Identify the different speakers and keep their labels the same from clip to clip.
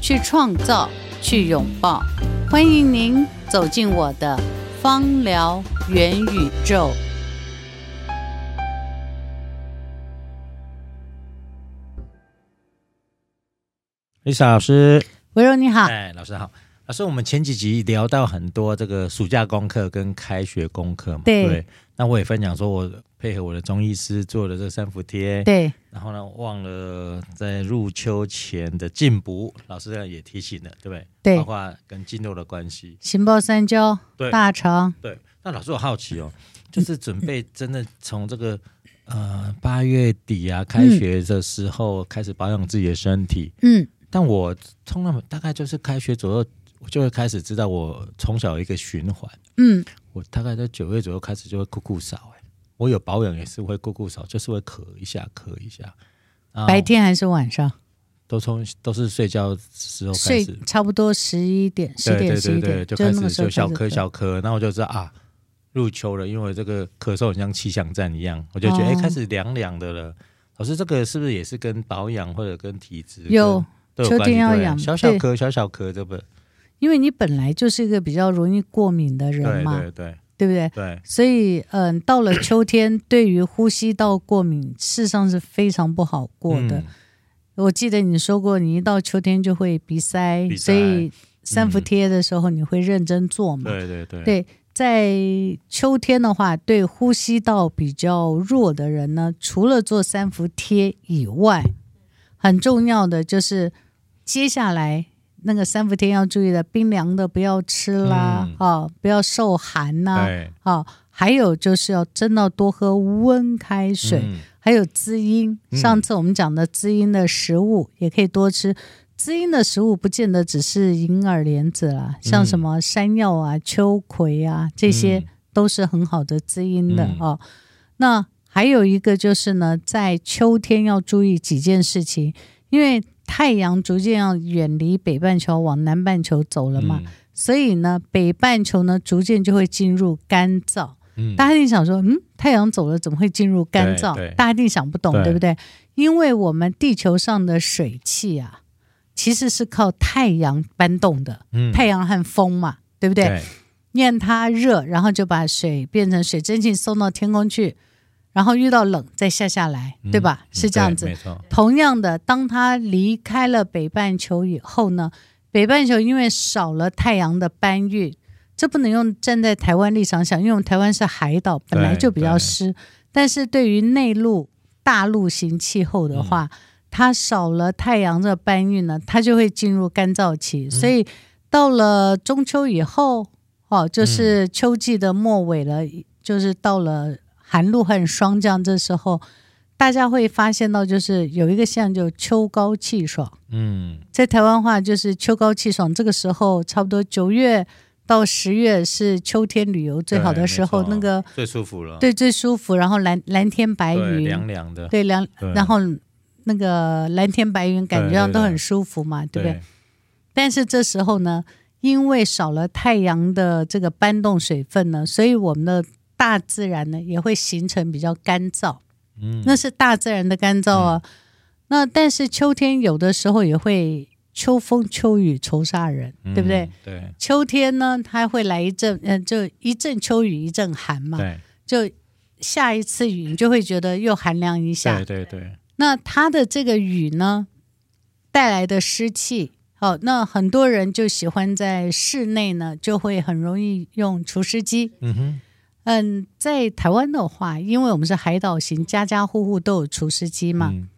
Speaker 1: 去创造，去拥抱。欢迎您走进我的芳疗元宇宙。
Speaker 2: Lisa 老师，
Speaker 1: 维柔你好，
Speaker 2: 哎，老师好，老师，我们前几集聊到很多这个暑假功课跟开学功课嘛，
Speaker 1: 对
Speaker 2: 那我也分享说，我配合我的中医师做的这个三伏贴，
Speaker 1: 对
Speaker 2: 然后呢，忘了在入秋前的进补，老师也提醒了，对不对？
Speaker 1: 对
Speaker 2: 包括跟经络的关系。
Speaker 1: 行报三焦
Speaker 2: 对
Speaker 1: 大肠，
Speaker 2: 对，那老师我好奇哦，
Speaker 1: 嗯
Speaker 2: 就是准备真的从这个呃八月底啊，开学的时候开始保养自己的身体，
Speaker 1: 嗯，
Speaker 2: 但我通常大概就是开学左右，我就会开始知道我从小有一个循环，
Speaker 1: 嗯，
Speaker 2: 我大概在九月左右开始就会酷酷少、哎，我有保养也是会酷酷少，欸就是会咳一下咳一下，啊
Speaker 1: 白天还是晚上？
Speaker 2: 都从都是睡觉时候开
Speaker 1: 睡
Speaker 2: 始，
Speaker 1: 差不多十一点、十
Speaker 2: 对
Speaker 1: 点、
Speaker 2: 对
Speaker 1: 十一
Speaker 2: 对
Speaker 1: 点，
Speaker 2: 对，就开
Speaker 1: 那么
Speaker 2: 始
Speaker 1: 时候
Speaker 2: 就小
Speaker 1: 开
Speaker 2: 咳
Speaker 1: 始
Speaker 2: 小咳，那我就知道啊。入秋了，因为我这个咳嗽很像气象站一样，我就觉得
Speaker 1: 哦
Speaker 2: 哎、开始凉凉的了。老师，这个是不是也是跟保养或者跟体质
Speaker 1: 有，
Speaker 2: 跟都
Speaker 1: 秋
Speaker 2: 有关系？
Speaker 1: 天要
Speaker 2: 对不对
Speaker 1: 养
Speaker 2: 小小
Speaker 1: 对
Speaker 2: 咳，小小咳，这不
Speaker 1: 因为你本来就是一个比较容易过敏的人
Speaker 2: 对
Speaker 1: 嘛，
Speaker 2: 对对
Speaker 1: 对不对？
Speaker 2: 对，
Speaker 1: 所以，嗯，到了秋天，对于呼吸道过敏，事实上是非常不好过的。
Speaker 2: 嗯
Speaker 1: 我记得你说过，你一到秋天就会鼻塞，
Speaker 2: 鼻塞
Speaker 1: 所
Speaker 2: 嗯
Speaker 1: 以三伏贴的时候你会认真做嘛？
Speaker 2: 对对对，
Speaker 1: 对在秋天的话，对呼吸道比较弱的人呢，除了做三伏贴以外，很重要的就是接下来那个三伏贴要注意的，冰凉的不要吃啦，啊，不要受寒呐、
Speaker 2: 嗯对
Speaker 1: 啊，还有就是要真的多喝温开水。
Speaker 2: 嗯
Speaker 1: 还有滋阴。
Speaker 2: 嗯
Speaker 1: 上次我们讲的滋阴的食物也可以多吃。滋阴的食物不见得只是银耳莲子啦，
Speaker 2: 嗯
Speaker 1: 像什么山药啊、秋葵啊，这些都是很好的滋阴的
Speaker 2: 嗯
Speaker 1: 哦。那还有一个就是呢，在秋天要注意几件事情，因为太阳逐渐要远离北半球，往南半球走了
Speaker 2: 嗯
Speaker 1: 嘛，所以呢，北半球呢逐渐就会进入干燥。
Speaker 2: 嗯
Speaker 1: 大家一定想说，嗯，太阳走了怎么会进入干燥
Speaker 2: 对对？
Speaker 1: 大家一定想不懂，
Speaker 2: 对
Speaker 1: 对不对？因为我们地球上的水汽啊，其实是靠太阳搬动的，
Speaker 2: 嗯
Speaker 1: 太阳和风嘛，对不对？
Speaker 2: 对
Speaker 1: 因为它热，然后就把水变成水蒸气送到天空去，然后遇到冷再下下来，
Speaker 2: 嗯
Speaker 1: 对吧？是这样子
Speaker 2: 没。错，
Speaker 1: 同样的，当它离开了北半球以后呢，北半球因为少了太阳的搬运，这不能用站在台湾立场想，因为我们台湾是海岛，本来就比较湿。但是对于内陆大陆型气候的话，它少了太阳的搬运呢，它就会进入干燥期。所以到了中秋以后，哦，就是秋季的末尾了，就是到了寒露和霜降这时候，大家会发现到就是有一个现象，就秋高气爽。
Speaker 2: 嗯
Speaker 1: 在台湾话就是秋高气爽，这个时候差不多九月到十月是秋天旅游最好的时候，
Speaker 2: 对没错
Speaker 1: 那个
Speaker 2: 最舒服了，
Speaker 1: 对最舒服，然后蓝蓝天白
Speaker 2: 对
Speaker 1: 云，
Speaker 2: 凉凉的，
Speaker 1: 对凉，
Speaker 2: 对
Speaker 1: 然后那个蓝天白云感觉上
Speaker 2: 对对
Speaker 1: 都
Speaker 2: 对
Speaker 1: 很舒服嘛，对不对？但是这时候呢，因为少了太阳的这个搬动水分呢，所以我们的大自然呢也会形成比较干燥。
Speaker 2: 嗯
Speaker 1: 那是大自然的干燥啊。那但是秋天有的时候也会秋风秋雨愁煞人，
Speaker 2: 嗯
Speaker 1: 对不对？？
Speaker 2: 对
Speaker 1: 秋天呢，它会来一阵，嗯、就一阵秋雨一阵寒嘛，
Speaker 2: 对
Speaker 1: 就下一次雨你就会觉得又寒凉一下
Speaker 2: 对。对对，
Speaker 1: 那它的这个雨呢，带来的湿气，好、那很多人就喜欢在室内呢，就会很容易用除湿机。
Speaker 2: 嗯哼，
Speaker 1: 嗯，在台湾的话，因为我们是海岛型，家家户户都有除湿机嘛，
Speaker 2: 嗯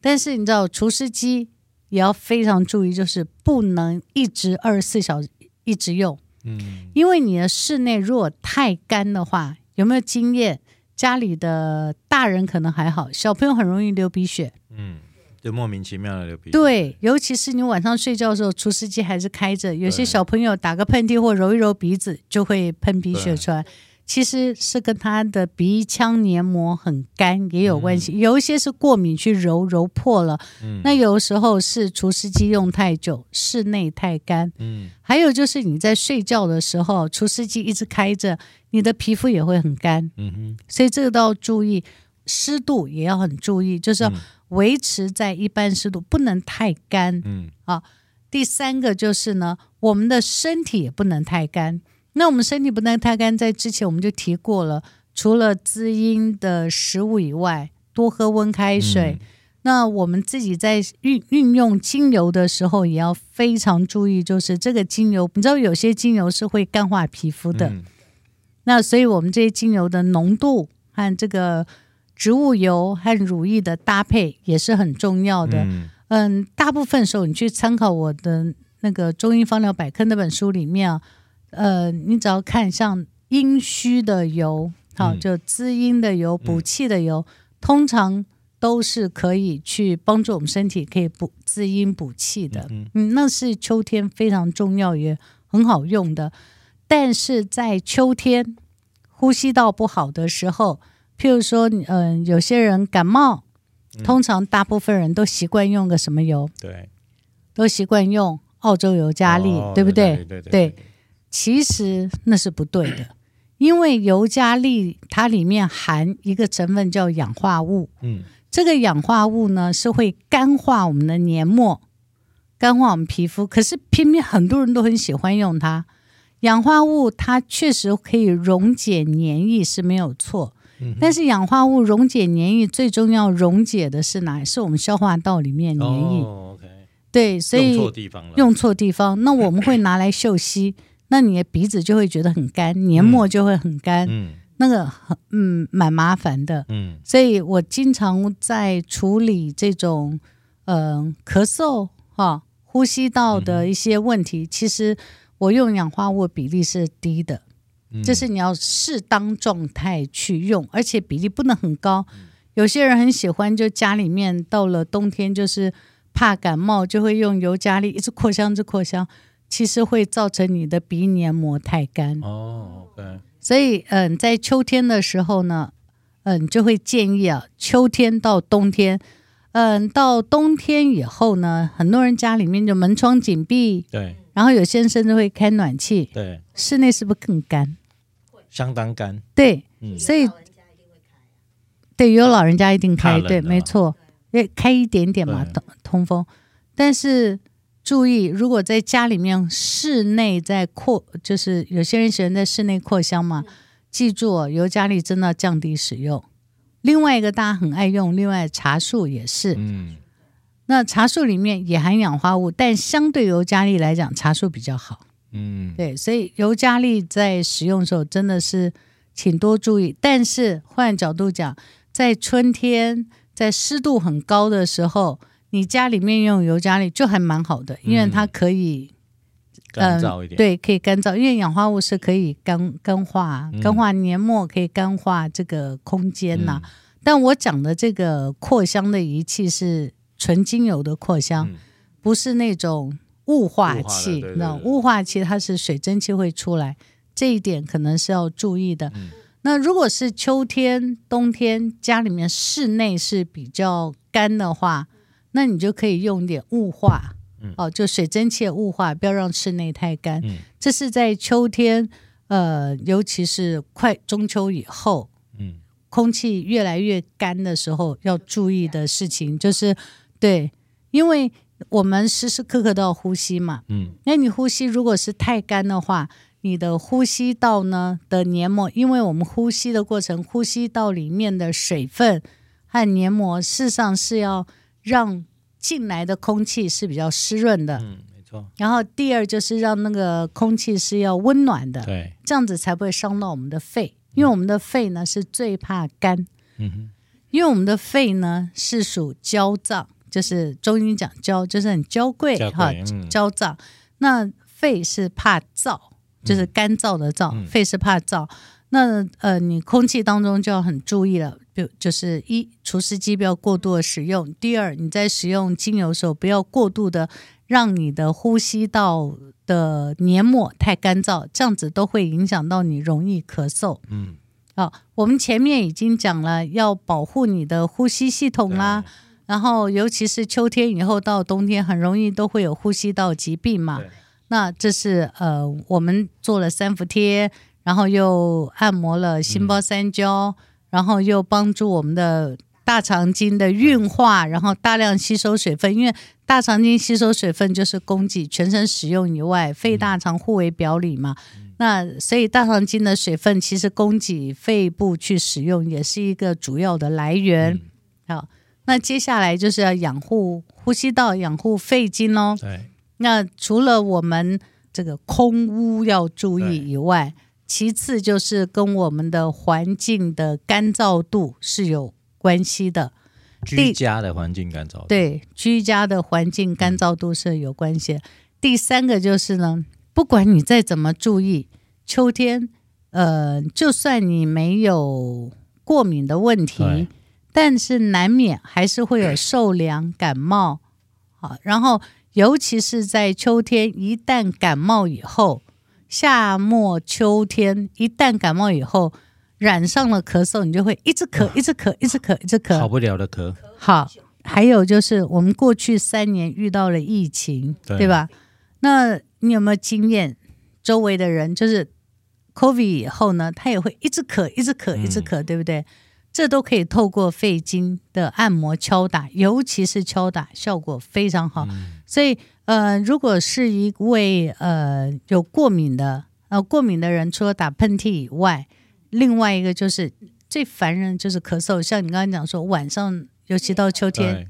Speaker 1: 但是你知道，除湿机也要非常注意，就是不能一直二十四小时一直用，
Speaker 2: 嗯
Speaker 1: 因为你的室内如果太干的话，有没有经验？家里的大人可能还好，小朋友很容易流鼻血。
Speaker 2: 嗯，就莫名其妙的流鼻水。
Speaker 1: 对，尤其是你晚上睡觉的时候，除湿机还是开着，有些
Speaker 2: 对
Speaker 1: 小朋友打个喷嚏或揉一揉鼻子就会喷鼻血
Speaker 2: 对
Speaker 1: 出来，其实是跟他的鼻腔黏膜很干也有关系。有一些是过敏，去揉揉破了；
Speaker 2: 嗯，
Speaker 1: 那有时候是除湿机用太久，室内太干；
Speaker 2: 嗯
Speaker 1: 还有就是你在睡觉的时候，除湿机一直开着，你的皮肤也会很干。
Speaker 2: 嗯哼，
Speaker 1: 所以这个都要注意，湿度也要很注意，就是要
Speaker 2: 嗯
Speaker 1: 维持在一般湿度，不能太干。
Speaker 2: 嗯
Speaker 1: 第三个就是呢，我们的身体也不能太干。那我们身体不能太干，在之前我们就提过了，除了滋阴的食物以外，多喝温开水。那我们自己在运运用精油的时候，也要非常注意，就是这个精油，你知道有些精油是会干化皮肤的，
Speaker 2: 嗯
Speaker 1: 那所以我们这些精油的浓度和这个植物油和乳液的搭配也是很重要的。
Speaker 2: 嗯
Speaker 1: 嗯大部分时候你去参考我的那个《中医芳疗百科》那本书里面啊，呃，你只要看像阴虚的油，好、
Speaker 2: 嗯
Speaker 1: 就滋阴的油、补气的油，通常都是可以去帮助我们身体可以补滋阴补气的。
Speaker 2: 嗯
Speaker 1: 嗯，那是秋天非常重要也很好用的，但是在秋天呼吸道不好的时候，譬如说，嗯、有些人感冒，通常大部分人都习惯用个什么油，
Speaker 2: 对，
Speaker 1: 都习惯用澳洲油加力，
Speaker 2: 哦
Speaker 1: 对不对？
Speaker 2: 对对
Speaker 1: 对，其实那是不对的，因为尤加利它里面含一个成分叫氧化物，
Speaker 2: 嗯
Speaker 1: 这个氧化物呢是会干化我们的黏膜，干化我们皮肤。可是偏偏很多人都很喜欢用它。氧化物它确实可以溶解黏液是没有错，
Speaker 2: 嗯哼
Speaker 1: 但是氧化物溶解黏液最重要溶解的是哪？是我们消化道里面黏液。
Speaker 2: 哦，OK，
Speaker 1: 对，所
Speaker 2: 用
Speaker 1: 以
Speaker 2: 错地方了，
Speaker 1: 用错地方，那我们会拿来嗅吸，那你的鼻子就会觉得很干，黏膜就会很干，
Speaker 2: 嗯
Speaker 1: 那个很嗯蛮麻烦的。
Speaker 2: 嗯
Speaker 1: 所以我经常在处理这种嗯、呃咳嗽哈、呼吸道的一些问题，其实我用氧化物比例是低的，
Speaker 2: 嗯，
Speaker 1: 这是你要适当状态去用，而且比例不能很高。有些人很喜欢，就家里面到了冬天就是怕感冒，就会用尤加利一直扩香，一直扩香，其实会造成你的鼻黏膜太干。
Speaker 2: 哦，OK，
Speaker 1: 所以，嗯，在秋天的时候呢，嗯，就会建议啊，秋天到冬天，嗯，到冬天以后呢，很多人家里面就门窗紧闭，
Speaker 2: 对
Speaker 1: 然后有些人甚至会开暖气，
Speaker 2: 对，
Speaker 1: 室内是不是更干？
Speaker 2: 相当干，
Speaker 1: 对，
Speaker 2: 嗯
Speaker 1: 所以对有老人家一定
Speaker 2: 怕
Speaker 1: 开，啊
Speaker 2: 冷
Speaker 1: 对，
Speaker 2: 的
Speaker 1: 没
Speaker 2: 嘛
Speaker 1: 错，对，开一点点嘛，
Speaker 2: 对
Speaker 1: 通通风。但是注意，如果在家里面室内在扩，就是有些人喜欢在室内扩香嘛，记住哦，尤加利真的要降低使用。另外一个大家很爱用，另外茶树也是，
Speaker 2: 嗯
Speaker 1: 那茶树里面也含氧化物，但相对尤加利来讲，茶树比较好。
Speaker 2: 嗯，
Speaker 1: 对，所以尤加利在使用的时候真的是请多注意。但是换角度讲，在春天，在湿度很高的时候，你家里面用尤加利就还蛮好的，因为它可以、
Speaker 2: 干燥嗯一点，
Speaker 1: 呃对，可以干燥，因为氧化物是可以干干化、啊
Speaker 2: 嗯
Speaker 1: 干化黏膜，可以干化这个空间
Speaker 2: 嗯
Speaker 1: 呐、但我讲的这个扩香的仪器是纯精油的扩香，
Speaker 2: 嗯
Speaker 1: 不是那种雾化
Speaker 2: 雾化的对
Speaker 1: 器
Speaker 2: 对。对
Speaker 1: 那雾化器它是水蒸气会出来，这一点可能是要注意的。
Speaker 2: 嗯
Speaker 1: 那如果是秋天、冬天家里面室内是比较干的话，那你就可以用点雾化，
Speaker 2: 嗯
Speaker 1: 哦，就水蒸气的雾化，不要让室内太干。
Speaker 2: 嗯
Speaker 1: 这是在秋天，呃，尤其是快中秋以后，
Speaker 2: 嗯
Speaker 1: 空气越来越干的时候要注意的事情，就是对，因为我们时时刻刻都要呼吸嘛。
Speaker 2: 嗯
Speaker 1: 那你呼吸如果是太干的话，你的呼吸道呢的黏膜，因为我们呼吸的过程，呼吸道里面的水分和黏膜，事实上是要让进来的空气是比较湿润的。
Speaker 2: 嗯，没错，
Speaker 1: 然后第二就是让那个空气是要温暖的，
Speaker 2: 对，
Speaker 1: 这样子才不会伤到我们的肺，因为我们的肺呢是最怕干，
Speaker 2: 嗯哼，
Speaker 1: 因为我们的肺呢是属焦脏，就是中医讲焦，就是很娇贵
Speaker 2: 娇贵
Speaker 1: 哈
Speaker 2: 嗯，
Speaker 1: 焦脏。那肺是怕燥，就是干燥的燥，
Speaker 2: 嗯
Speaker 1: 肺是怕燥。那呃，你空气当中就要很注意了，就就是一，除湿机不要过度的使用；第二，你在使用精油的时候，不要过度的让你的呼吸道的黏膜太干燥，这样子都会影响到你容易咳嗽。
Speaker 2: 嗯，
Speaker 1: 啊，我们前面已经讲了，要保护你的呼吸系统啦、然后尤其是秋天以后到冬天，很容易都会有呼吸道疾病嘛
Speaker 2: 对。
Speaker 1: 那这是呃，我们做了三伏贴，然后又按摩了心包三焦，然后又帮助我们的大肠经的运化，然后大量吸收水分，因为大肠经吸收水分就是供给全身使用以外，肺大肠互为表里嘛。那所以大肠经的水分其实供给肺部去使用，也是一个主要的来源。
Speaker 2: 嗯
Speaker 1: 好，那接下来就是要养护呼吸道、养护肺经哦喽。
Speaker 2: 对，
Speaker 1: 那除了我们这个空污要注
Speaker 2: 对
Speaker 1: 意以外，其次就是跟我们的环境的干燥度是有关系的。
Speaker 2: 居家的环境干燥，，
Speaker 1: 对，居家的环境干燥度是有关系的。第三个就是呢，不管你再怎么注意，秋天，呃，就算你没有过敏的问题
Speaker 2: 对，
Speaker 1: 但是难免还是会有受凉、感冒。好，然后尤其是在秋天，一旦感冒以后，夏末秋天一旦感冒以后，染上了咳嗽，你就会一直咳，一直咳，一直咳，一直咳，
Speaker 2: 好不了的咳，
Speaker 1: 好，还有就是我们过去三年遇到了疫情，
Speaker 2: 对
Speaker 1: 吧？那你有没有经验？周围的人就是 COVID 以后呢，他也会一直咳，一直咳，一直咳，
Speaker 2: 嗯
Speaker 1: 对不对？这都可以透过肺经的按摩敲打，尤其是敲打效果非常好。
Speaker 2: 嗯
Speaker 1: 所以，呃，如果是一位呃有过敏的呃过敏的人，除了打喷嚏以外，另外一个就是最烦人的就是咳嗽。像你刚才讲说，晚上尤其到秋天
Speaker 2: 对，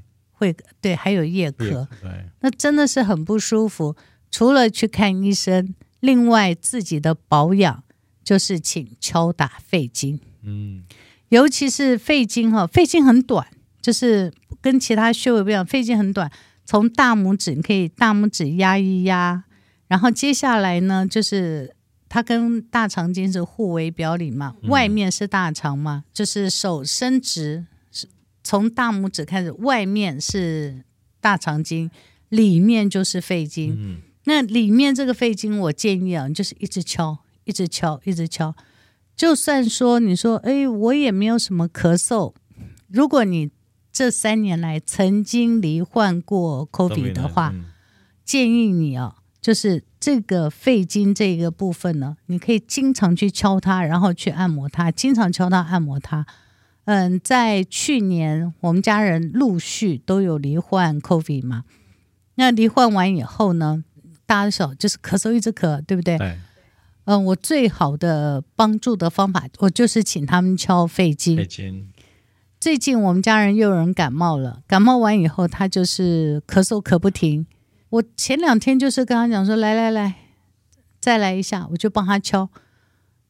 Speaker 1: 会对，还有夜
Speaker 2: 也
Speaker 1: 咳，
Speaker 2: 对，
Speaker 1: 那真的是很不舒服。除了去看医生，另外自己的保养就是请敲打肺经。
Speaker 2: 嗯，
Speaker 1: 尤其是肺经哈，肺经很短，就是跟其他穴位不一样，肺经很短，从大拇指你可以大拇指压一压，然后接下来呢，就是它跟大肠经是互为表里嘛，
Speaker 2: 嗯
Speaker 1: 外面是大肠嘛，就是手伸直，是从大拇指开始，外面是大肠经，里面就是肺经。
Speaker 2: 嗯，
Speaker 1: 那里面这个肺经，我建议啊，你就是一直敲，一直敲，一直敲。就算说你说，哎，我也没有什么咳嗽，如果你这三年来曾经罹患过
Speaker 2: 都没
Speaker 1: COVID
Speaker 2: 来
Speaker 1: 的话，
Speaker 2: 嗯
Speaker 1: 建议你啊，就是这个肺经这个部分呢，你可以经常去敲它，然后去按摩它，经常敲它，按摩它。嗯，在去年我们家人陆续都有罹患 COVID 嘛，那罹患完以后呢，大家手就是咳嗽一直咳，对不对？
Speaker 2: 对，
Speaker 1: 嗯，我最好的帮助的方法，我就是请他们敲肺经
Speaker 2: 北。京，
Speaker 1: 最近我们家人又有人感冒了，感冒完以后他就是咳嗽咳不停。我前两天就是跟他讲说，来来来，再来一下，我就帮他敲。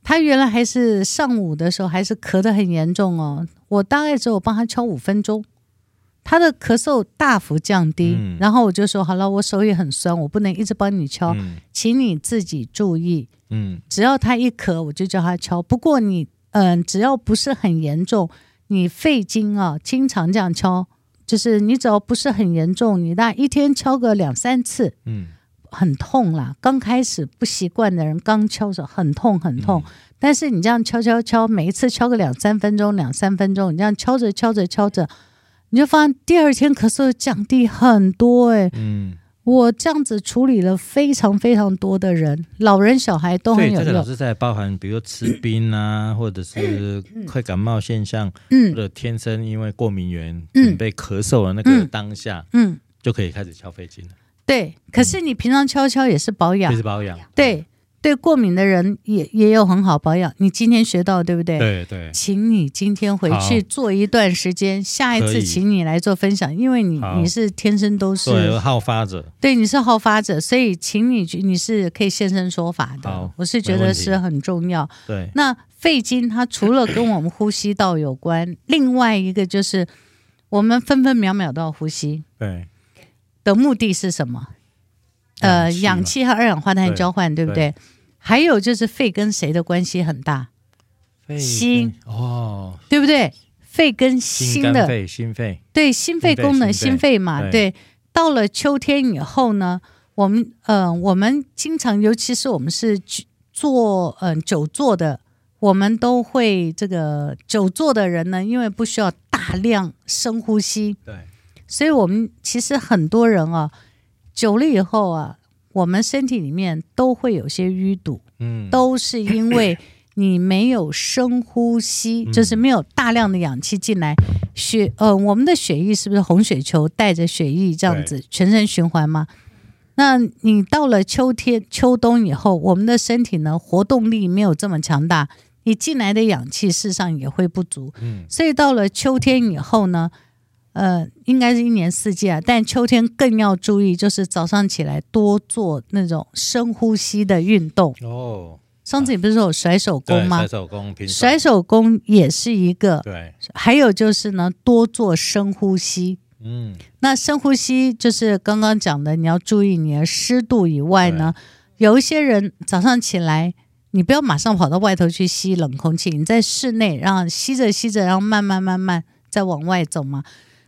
Speaker 1: 他原来还是上午的时候还是咳得很严重哦，我大概只有帮他敲五分钟，他的咳嗽大幅降低。
Speaker 2: 嗯
Speaker 1: 然后我就说好了，我手也很酸，我不能一直帮你敲，
Speaker 2: 嗯
Speaker 1: 请你自己注意。
Speaker 2: 嗯，
Speaker 1: 只要他一咳，我就叫他敲。不过你，嗯、只要不是很严重，你肺经啊，经常这样敲，就是你只要不是很严重，你那一天敲个两三次，
Speaker 2: 嗯，
Speaker 1: 很痛啦。刚开始不习惯的人，刚敲的时候很痛很痛。但是你这样敲敲敲，每一次敲个两三分钟，两三分钟，你这样敲着敲着敲着，你就发现第二天咳嗽降低很多诶、
Speaker 2: 嗯，
Speaker 1: 我这样子处理了非常非常多的人，老人小孩都
Speaker 2: 所
Speaker 1: 很
Speaker 2: 以
Speaker 1: 有
Speaker 2: 这个
Speaker 1: 用
Speaker 2: 老。师在包含，比如吃冰啊， 或者是快感冒现象，
Speaker 1: 嗯
Speaker 2: 或者天生因为过敏源
Speaker 1: 嗯
Speaker 2: 准备咳嗽的那个
Speaker 1: 嗯
Speaker 2: 当下，
Speaker 1: 嗯，
Speaker 2: 就可以开始敲肺经了，
Speaker 1: 对。可是你平常敲敲也是保养
Speaker 2: 开，始保养，
Speaker 1: 对对，过敏的人也也有很好保养。你今天学到对不对？
Speaker 2: 对对，
Speaker 1: 请你今天回
Speaker 2: 好
Speaker 1: 去做一段时间，下一
Speaker 2: 可
Speaker 1: 次
Speaker 2: 以
Speaker 1: 请你来做分享，因为你
Speaker 2: 好
Speaker 1: 你是天生都
Speaker 2: 作为
Speaker 1: 是
Speaker 2: 好发者，
Speaker 1: 对，你是好发者，所以请你去，你是可以现身说法的
Speaker 2: 好。
Speaker 1: 我是觉
Speaker 2: 没
Speaker 1: 得
Speaker 2: 问题
Speaker 1: 是很重要。
Speaker 2: 对，
Speaker 1: 那肺经它除了跟我们呼吸道有关，另外一个就是我们分分秒秒都要呼吸。
Speaker 2: 对，
Speaker 1: 的目的是什么？呃，氧
Speaker 2: 氧
Speaker 1: 气和二氧化碳
Speaker 2: 对
Speaker 1: 交换，对不对？还有就是肺跟谁的关系很大？
Speaker 2: 肺
Speaker 1: 心
Speaker 2: 跟哦，
Speaker 1: 对不对？肺跟心
Speaker 2: 心肝
Speaker 1: 的
Speaker 2: 肺心肺
Speaker 1: 对心肺
Speaker 2: 心肺
Speaker 1: 功能、
Speaker 2: 心
Speaker 1: 心
Speaker 2: 肺
Speaker 1: 肺嘛，
Speaker 2: 对
Speaker 1: 对。到了秋天以后呢，我们呃，我们经常，尤其是我们是久坐嗯、久坐的，我们都会这个久坐的人呢，因为不需要大量深呼吸，
Speaker 2: 对
Speaker 1: 所以我们其实很多人啊，久了以后啊，我们身体里面都会有些淤堵，
Speaker 2: 嗯
Speaker 1: 都是因为你没有深呼吸，
Speaker 2: 嗯
Speaker 1: 就是没有大量的氧气进来，血呃，我们的血液是不是红血球带着血液这样子全身循环吗？那你到了秋天、秋冬以后，我们的身体呢活动力没有这么强大，你进来的氧气事实上也会不足，
Speaker 2: 嗯
Speaker 1: 所以到了秋天以后呢，呃，应该是一年四季啊，但秋天更要注意，就是早上起来多做那种深呼吸的运动。
Speaker 2: 哦，
Speaker 1: 上次你不是说有甩手
Speaker 2: 对
Speaker 1: 功吗
Speaker 2: 甩？手功平手
Speaker 1: 甩手功也是一个，
Speaker 2: 对
Speaker 1: 还有就是呢，多做深呼吸。
Speaker 2: 嗯
Speaker 1: 那深呼吸就是刚刚讲的，你要注意你的湿度以外呢，有一些人早上起来，你不要马上跑到外头去吸冷空气，你在室内，然后吸着吸着，然后慢慢慢慢再往外走嘛。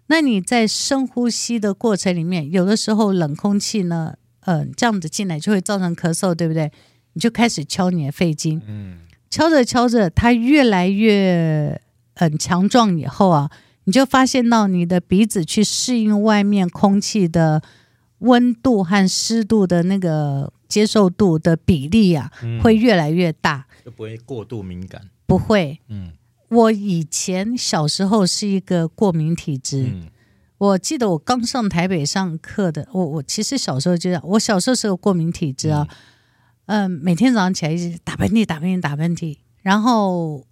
Speaker 1: 那你在深呼吸的过程里面，有的时候冷空气呢，嗯、这样子进来就会造成咳嗽，对不对？你就开始敲你的肺经，
Speaker 2: 嗯
Speaker 1: 敲着敲着，它越来越嗯强壮以后啊，你就发现到你的鼻子去适应外面空气的温度和湿度的那个接受度的比例啊，
Speaker 2: 嗯
Speaker 1: 会越来越大。
Speaker 2: 就不会过度敏感
Speaker 1: 不会，
Speaker 2: 嗯
Speaker 1: 我以前小时候是一个过敏体质，
Speaker 2: 嗯
Speaker 1: 我记得我刚上台北上课的，我我其实小时候就这样，我小时候是个过敏体质啊，嗯、每天早上起来一直打喷嚏、打喷嚏、打喷嚏，然后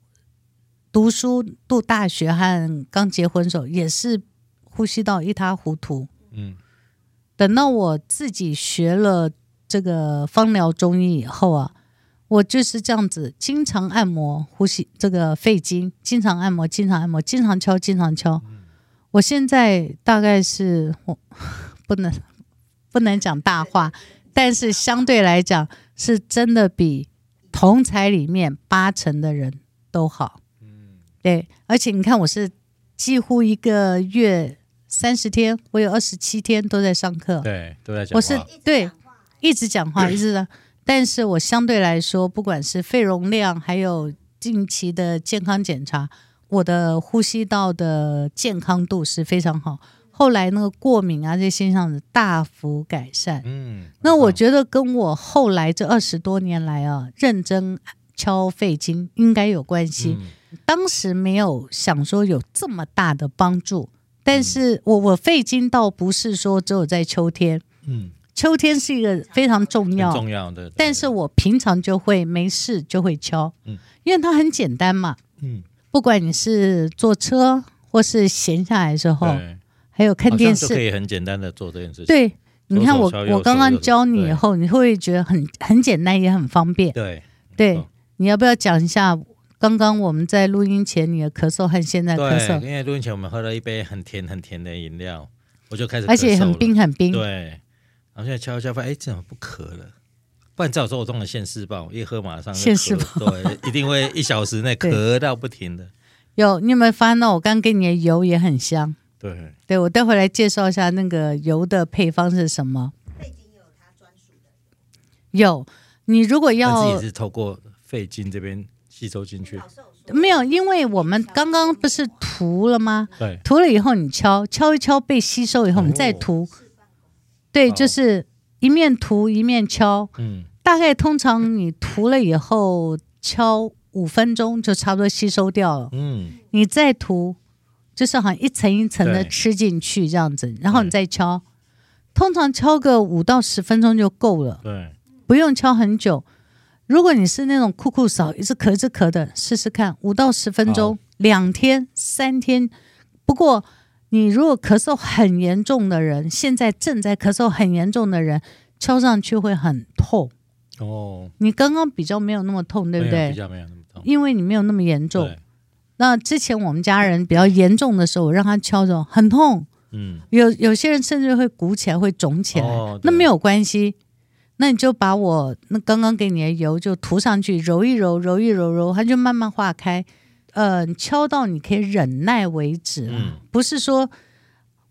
Speaker 1: 读书、读大学和刚结婚的时候也是呼吸道一塌糊涂。
Speaker 2: 嗯
Speaker 1: 等到我自己学了这个芳疗中医以后啊，我就是这样子，经常按摩呼吸这个肺经，经常按摩，经常按摩，经常敲，经常敲。我现在大概是我不能不能讲大话，但是相对来讲，是真的比同才里面八成的人都好。对，而且你看，我是几乎一个月三十天，我有二十七天都在上课。
Speaker 2: 嗯对都在讲
Speaker 1: 我是
Speaker 2: 话
Speaker 1: 对一直讲 话，一直的。但是我相对来说，不管是肺容量，还有近期的健康检查，我的呼吸道的健康度是非常好。后来那个过敏啊这些现象的大幅改善。
Speaker 2: 嗯
Speaker 1: 那我
Speaker 2: 就
Speaker 1: 觉得跟我后来这二十多年来啊，认真敲肺经应该有关系。
Speaker 2: 嗯
Speaker 1: 当时没有想说有这么大的帮助，但是我我肺经倒不是说只有在秋天，
Speaker 2: 嗯
Speaker 1: 秋天是一个非常重
Speaker 2: 很
Speaker 1: 要，
Speaker 2: 重要的
Speaker 1: 但是我平常就会没事就会敲，
Speaker 2: 嗯
Speaker 1: 因为它很简单嘛，
Speaker 2: 嗯
Speaker 1: 不管你是坐车或是闲下来的时候，
Speaker 2: 对
Speaker 1: 还有哦看
Speaker 2: 好像
Speaker 1: 电
Speaker 2: 就可
Speaker 1: 视，
Speaker 2: 以很简单的做这件事情
Speaker 1: 对，你看我
Speaker 2: 左手敲右手
Speaker 1: 我刚
Speaker 2: 右
Speaker 1: 刚
Speaker 2: 手
Speaker 1: 教你以
Speaker 2: 对
Speaker 1: 后，你会不会觉得很很简单也很方便？
Speaker 2: 对
Speaker 1: 对
Speaker 2: 错，
Speaker 1: 你要不要讲一下刚刚我们在录音前你的咳嗽和现在咳
Speaker 2: 对，
Speaker 1: 嗽，
Speaker 2: 因为录音前我们喝了一杯很甜很甜的饮料，我就开始咳嗽了
Speaker 1: 而且很冰很冰，
Speaker 2: 对，然后现在敲一敲发现，哎，怎么不咳了？不然照说我中了现世报，一喝马上就
Speaker 1: 现世
Speaker 2: 咳对，一定会一小时内
Speaker 1: 对
Speaker 2: 咳到不停的。
Speaker 1: 有，你有没有发现到我刚给你的油也很香？
Speaker 2: 对，
Speaker 1: 对，我待会来介绍一下那个油的配方是什么。有，你如果
Speaker 2: 但是
Speaker 1: 要
Speaker 2: 也是透过肺经这边吸收进去。
Speaker 1: 没有，因为我们刚刚不是涂了吗？
Speaker 2: 对，
Speaker 1: 涂了以后你敲敲一敲，被吸收以后我们再
Speaker 2: 哦
Speaker 1: 涂。对，
Speaker 2: 哦
Speaker 1: 就是一面涂一面敲，
Speaker 2: 嗯，
Speaker 1: 大概通常你涂了以后敲五分钟就差不多吸收掉了。
Speaker 2: 嗯，
Speaker 1: 你再涂，就是好像一层一层的
Speaker 2: 对
Speaker 1: 吃进去这样子，然后你再敲，通常敲个五到十分钟就够了，
Speaker 2: 对，
Speaker 1: 不用敲很久。如果你是那种酷酷扫，一直咳一直咳的，试试看，五到十分钟
Speaker 2: 好，
Speaker 1: 两天、三天。不过，你如果咳嗽很严重的人，现在正在咳嗽很严重的人，敲上去会很痛。
Speaker 2: 哦，
Speaker 1: 你刚刚比较没有那么痛，对不
Speaker 2: 没有比
Speaker 1: 对？
Speaker 2: 较没有那么痛。
Speaker 1: 因为你没有那么严重。
Speaker 2: 对，
Speaker 1: 那之前我们家人比较严重的时候，我让他敲着很痛，
Speaker 2: 嗯，
Speaker 1: 有有些人甚至会鼓起来，会肿起来，
Speaker 2: 哦对
Speaker 1: 那没有关系。那你就把我那刚刚给你的油就涂上去，揉一揉，揉一揉，揉，它就慢慢化开。呃，敲到你可以忍耐为止啦，
Speaker 2: 嗯
Speaker 1: 不是说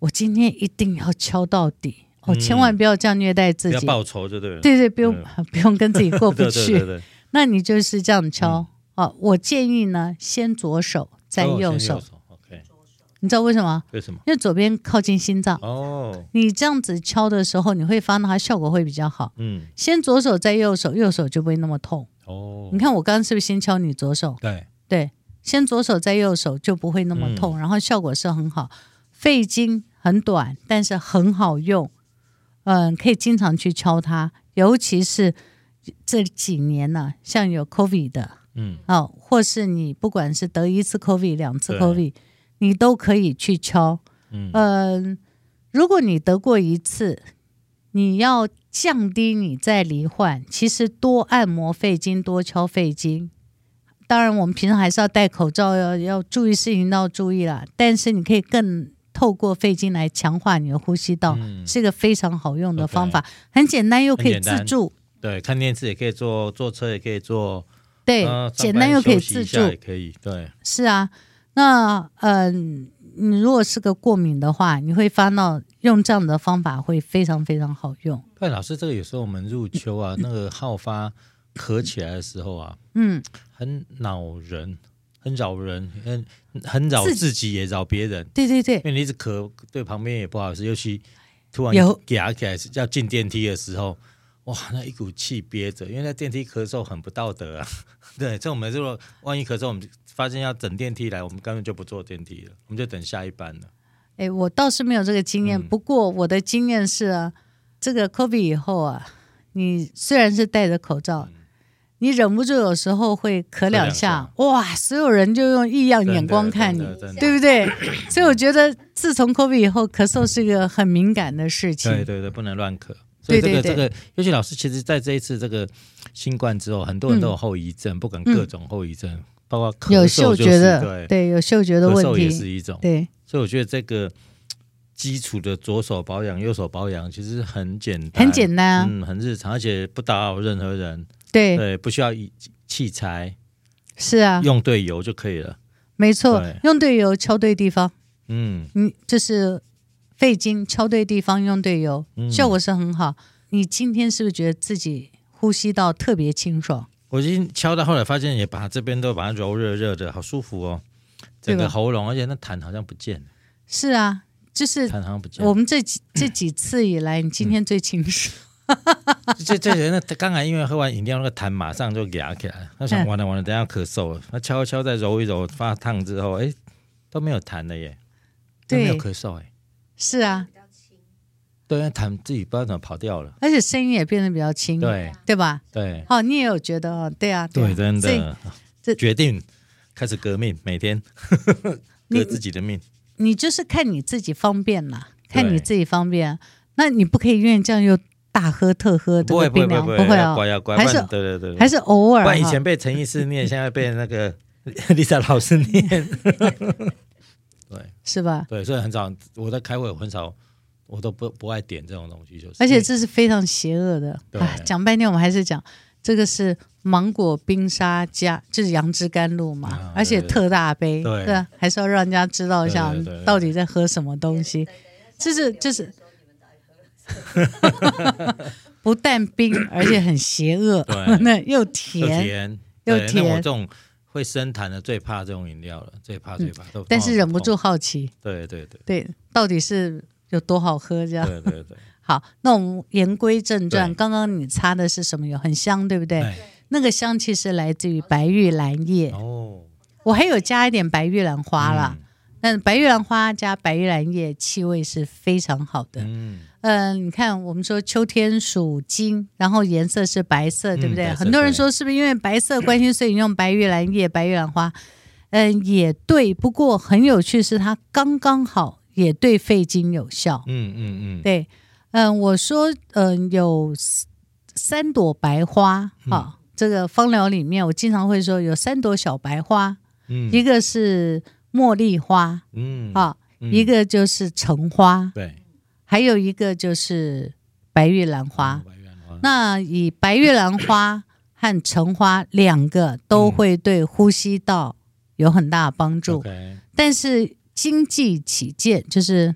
Speaker 1: 我今天一定要敲到底哦，
Speaker 2: 嗯
Speaker 1: 千万不要这样虐待自
Speaker 2: 不要
Speaker 1: 己。
Speaker 2: 报仇就对了。
Speaker 1: 对对，不用、不用跟自己过不
Speaker 2: 对
Speaker 1: 去。
Speaker 2: 对对对，
Speaker 1: 那你就是这样敲哦。我建议呢，先左手，再
Speaker 2: 嗯哦先
Speaker 1: 右
Speaker 2: 右
Speaker 1: 手。
Speaker 2: 手，OK，
Speaker 1: 你知道为什么？
Speaker 2: 为什么？
Speaker 1: 因为左边靠近心脏，
Speaker 2: 哦，
Speaker 1: 你这样子敲的时候，你会发现它效果会比较好。
Speaker 2: 嗯，
Speaker 1: 先左手，再右手，右手就不会那么痛。
Speaker 2: 哦
Speaker 1: 你，看我刚刚是不是先敲你左手？
Speaker 2: 对，
Speaker 1: 对，先左手再右手就不会那么
Speaker 2: 嗯
Speaker 1: 痛，然后效果是很好。肺经很短，但是很好用，嗯，可以经常去敲它，尤其是这几年呢、像有 COVID 的
Speaker 2: 嗯，
Speaker 1: 哦，或是你不管是得一次 COVID、两次
Speaker 2: 对
Speaker 1: COVID，你都可以去敲。
Speaker 2: 嗯
Speaker 1: 嗯、如果你得过一次，你要降低你再罹患，其实多按摩肺经，多敲肺经。当然，我们平常还是要戴口罩，要要注意事情都要注意啦。但是你可以更透过肺经来强化你的呼吸道，
Speaker 2: 嗯
Speaker 1: 是一个非常好用的
Speaker 2: OK
Speaker 1: 方法，很简单又可以
Speaker 2: 很简
Speaker 1: 自
Speaker 2: 单
Speaker 1: 助，
Speaker 2: 对，看电视也可以做，坐车也可以做，
Speaker 1: 对，
Speaker 2: 呃上
Speaker 1: 哎简
Speaker 2: 班
Speaker 1: 单又可以
Speaker 2: 休息
Speaker 1: 自
Speaker 2: 一
Speaker 1: 助
Speaker 2: 下。也可以，对，
Speaker 1: 是啊，那嗯、你如果是个过敏的话，你会发到用这样的方法会非常非常好用。
Speaker 2: 对，老师，这个有时候我们入秋啊，那个好发咳起来的时候啊，
Speaker 1: 嗯，
Speaker 2: 很恼人，很扰人，很很扰
Speaker 1: 自
Speaker 2: 自己也扰别人，
Speaker 1: 对对
Speaker 2: 因为
Speaker 1: 对，
Speaker 2: 你一直咳，对旁边也不好意思，尤其突然
Speaker 1: 有
Speaker 2: 牙起来要进电梯的时候，哇，那一股气憋着，因为在电梯咳嗽很不道德啊。 对，这我们如果万一咳嗽，我们发现要等电梯来，我们根本就不坐电梯了，我们就等下一班了。
Speaker 1: 哎，我倒是没有这个经验，
Speaker 2: 嗯
Speaker 1: 不过我的经验是啊，这个 COVID 以后啊，你虽然是戴着口
Speaker 2: 嗯
Speaker 1: 罩。你忍不住有时候会咳两下，哇！所有人就用异样眼光看你
Speaker 2: 真，的真的
Speaker 1: 对不对？ 所以我觉得，自从 COVID 以后，咳嗽是一个很敏感的事情。
Speaker 2: 对对对，不能乱咳。所以这
Speaker 1: 对
Speaker 2: 个
Speaker 1: 对
Speaker 2: 这个，尤其老师，其实在这一次这个新冠之后，很多人都有后遗症，不管各种后遗症，包括
Speaker 1: 嗯
Speaker 2: 咳
Speaker 1: 有
Speaker 2: 嗽
Speaker 1: 嗅
Speaker 2: 就是
Speaker 1: 觉的，
Speaker 2: 对，
Speaker 1: 对，有嗅觉的
Speaker 2: 咳
Speaker 1: 问
Speaker 2: 嗽也是
Speaker 1: 题，
Speaker 2: 一种。
Speaker 1: 对。
Speaker 2: 所以我觉得这个基础的左手保养、右手保养其实很简单，
Speaker 1: 很简单啊，
Speaker 2: 嗯，很日常，而且不打扰任何人，
Speaker 1: 对，
Speaker 2: 对，不需要仪器材，
Speaker 1: 是啊，
Speaker 2: 用对油就可以了。
Speaker 1: 没错
Speaker 2: 对，
Speaker 1: 用对油，敲对地方，
Speaker 2: 嗯，
Speaker 1: 你就是费劲，敲对地方，用对油，
Speaker 2: 嗯
Speaker 1: 效果是很好。你今天是不是觉得自己呼吸道特别清爽？
Speaker 2: 我已经敲到后来发现，也把这边都把它揉热热的，好舒服哦，整
Speaker 1: 对
Speaker 2: 个
Speaker 1: 吧
Speaker 2: 喉咙，而且那痰好像不见了，
Speaker 1: 是啊，就是
Speaker 2: 痰好像不见了。
Speaker 1: 我们这 几这几次以来，你今天最清爽。
Speaker 2: 这这人呢，他刚才因为喝完饮料，那个痰马上就压 起来，他想
Speaker 1: 嗯
Speaker 2: 完了完了，等一下要咳嗽了，他敲一敲再揉一揉，发烫之后，哎，都没有痰了耶，都没有
Speaker 1: 对
Speaker 2: 咳嗽哎，
Speaker 1: 是啊，
Speaker 2: 对，因为痰自己不知道怎么跑掉了，
Speaker 1: 而且声音也变得比较轻，
Speaker 2: 对
Speaker 1: 对吧？
Speaker 2: 对
Speaker 1: 哦，你也有觉得哦，对啊，啊
Speaker 2: 对，真
Speaker 1: 所以
Speaker 2: 的
Speaker 1: 这
Speaker 2: 决定开始革命，每天
Speaker 1: 你
Speaker 2: 革自己的命，
Speaker 1: 你就是看你自己方便啦，看你
Speaker 2: 对
Speaker 1: 自己方便。那你不可以因为这样又大喝特喝这
Speaker 2: 不会
Speaker 1: 个
Speaker 2: 不会
Speaker 1: 冰
Speaker 2: 不会
Speaker 1: 凉，
Speaker 2: 不会，
Speaker 1: 会
Speaker 2: 要
Speaker 1: 啊，
Speaker 2: 乖要乖，
Speaker 1: 还
Speaker 2: 不然
Speaker 1: 是
Speaker 2: 对对对，
Speaker 1: 还是
Speaker 2: 是
Speaker 1: 啊偶
Speaker 2: 不
Speaker 1: 尔
Speaker 2: 然以
Speaker 1: 哈。
Speaker 2: 前被陈医师念，现在被那个 Lisa 老师念， 对。
Speaker 1: 是吧？
Speaker 2: 对，所以很少我在开会，我很少，我都不不爱点这种东西，就是。
Speaker 1: 而且这是非常邪恶的。
Speaker 2: 对
Speaker 1: 啊讲半天我们还是讲这个是芒果冰沙加就是杨枝甘露嘛，
Speaker 2: 啊
Speaker 1: 而且
Speaker 2: 对对
Speaker 1: 特大杯，
Speaker 2: 对
Speaker 1: 啊，还是要让人家知道一下
Speaker 2: 对对对对
Speaker 1: 到底在喝什么东西。这是这是。 不但冰，而且很邪恶，
Speaker 2: 对
Speaker 1: 那又
Speaker 2: 又
Speaker 1: 甜，
Speaker 2: 甜
Speaker 1: 又
Speaker 2: 对那
Speaker 1: 甜
Speaker 2: 我
Speaker 1: 嗯
Speaker 2: 这种会生痰的最怕这种饮料了，最怕最怕。都
Speaker 1: 但是忍不住
Speaker 2: 痛。
Speaker 1: 好奇，
Speaker 2: 对对对
Speaker 1: 对，到底是有多好喝？这样
Speaker 2: 对对 对，
Speaker 1: 好，那我们言归正传，
Speaker 2: 对
Speaker 1: 刚刚你擦的是什么油？很香，对不对？
Speaker 2: 哎
Speaker 1: 那个香气是来自于白玉兰叶，
Speaker 2: 哦，
Speaker 1: 我还有加一点白玉兰花啦。
Speaker 2: 嗯
Speaker 1: 但白玉兰花加白玉兰叶，气味是非常好的。
Speaker 2: 嗯，
Speaker 1: 嗯、你看，我们说秋天属金，然后颜色是白色，对不对？
Speaker 2: 嗯白色
Speaker 1: 很多人
Speaker 2: 对
Speaker 1: 说是不是因为白色关系，所以用白玉兰叶、白玉兰花？嗯、也对。不过很有趣是，它刚刚好也对肺经有效。
Speaker 2: 嗯嗯嗯，
Speaker 1: 对，嗯、我说，嗯、有 s- 三朵白花
Speaker 2: 嗯
Speaker 1: 哈、这个芳疗里面，我经常会说有三朵小白花，
Speaker 2: 嗯
Speaker 1: 一个是茉莉花
Speaker 2: 嗯
Speaker 1: 啊、
Speaker 2: 嗯
Speaker 1: 一个就是橙花，
Speaker 2: 对
Speaker 1: 还有一个就是白玉兰花。
Speaker 2: 嗯白玉兰花，
Speaker 1: 那以白玉兰花和橙花两个都会对呼吸道有很大的帮助，
Speaker 2: OK，
Speaker 1: 但是经济起见，就是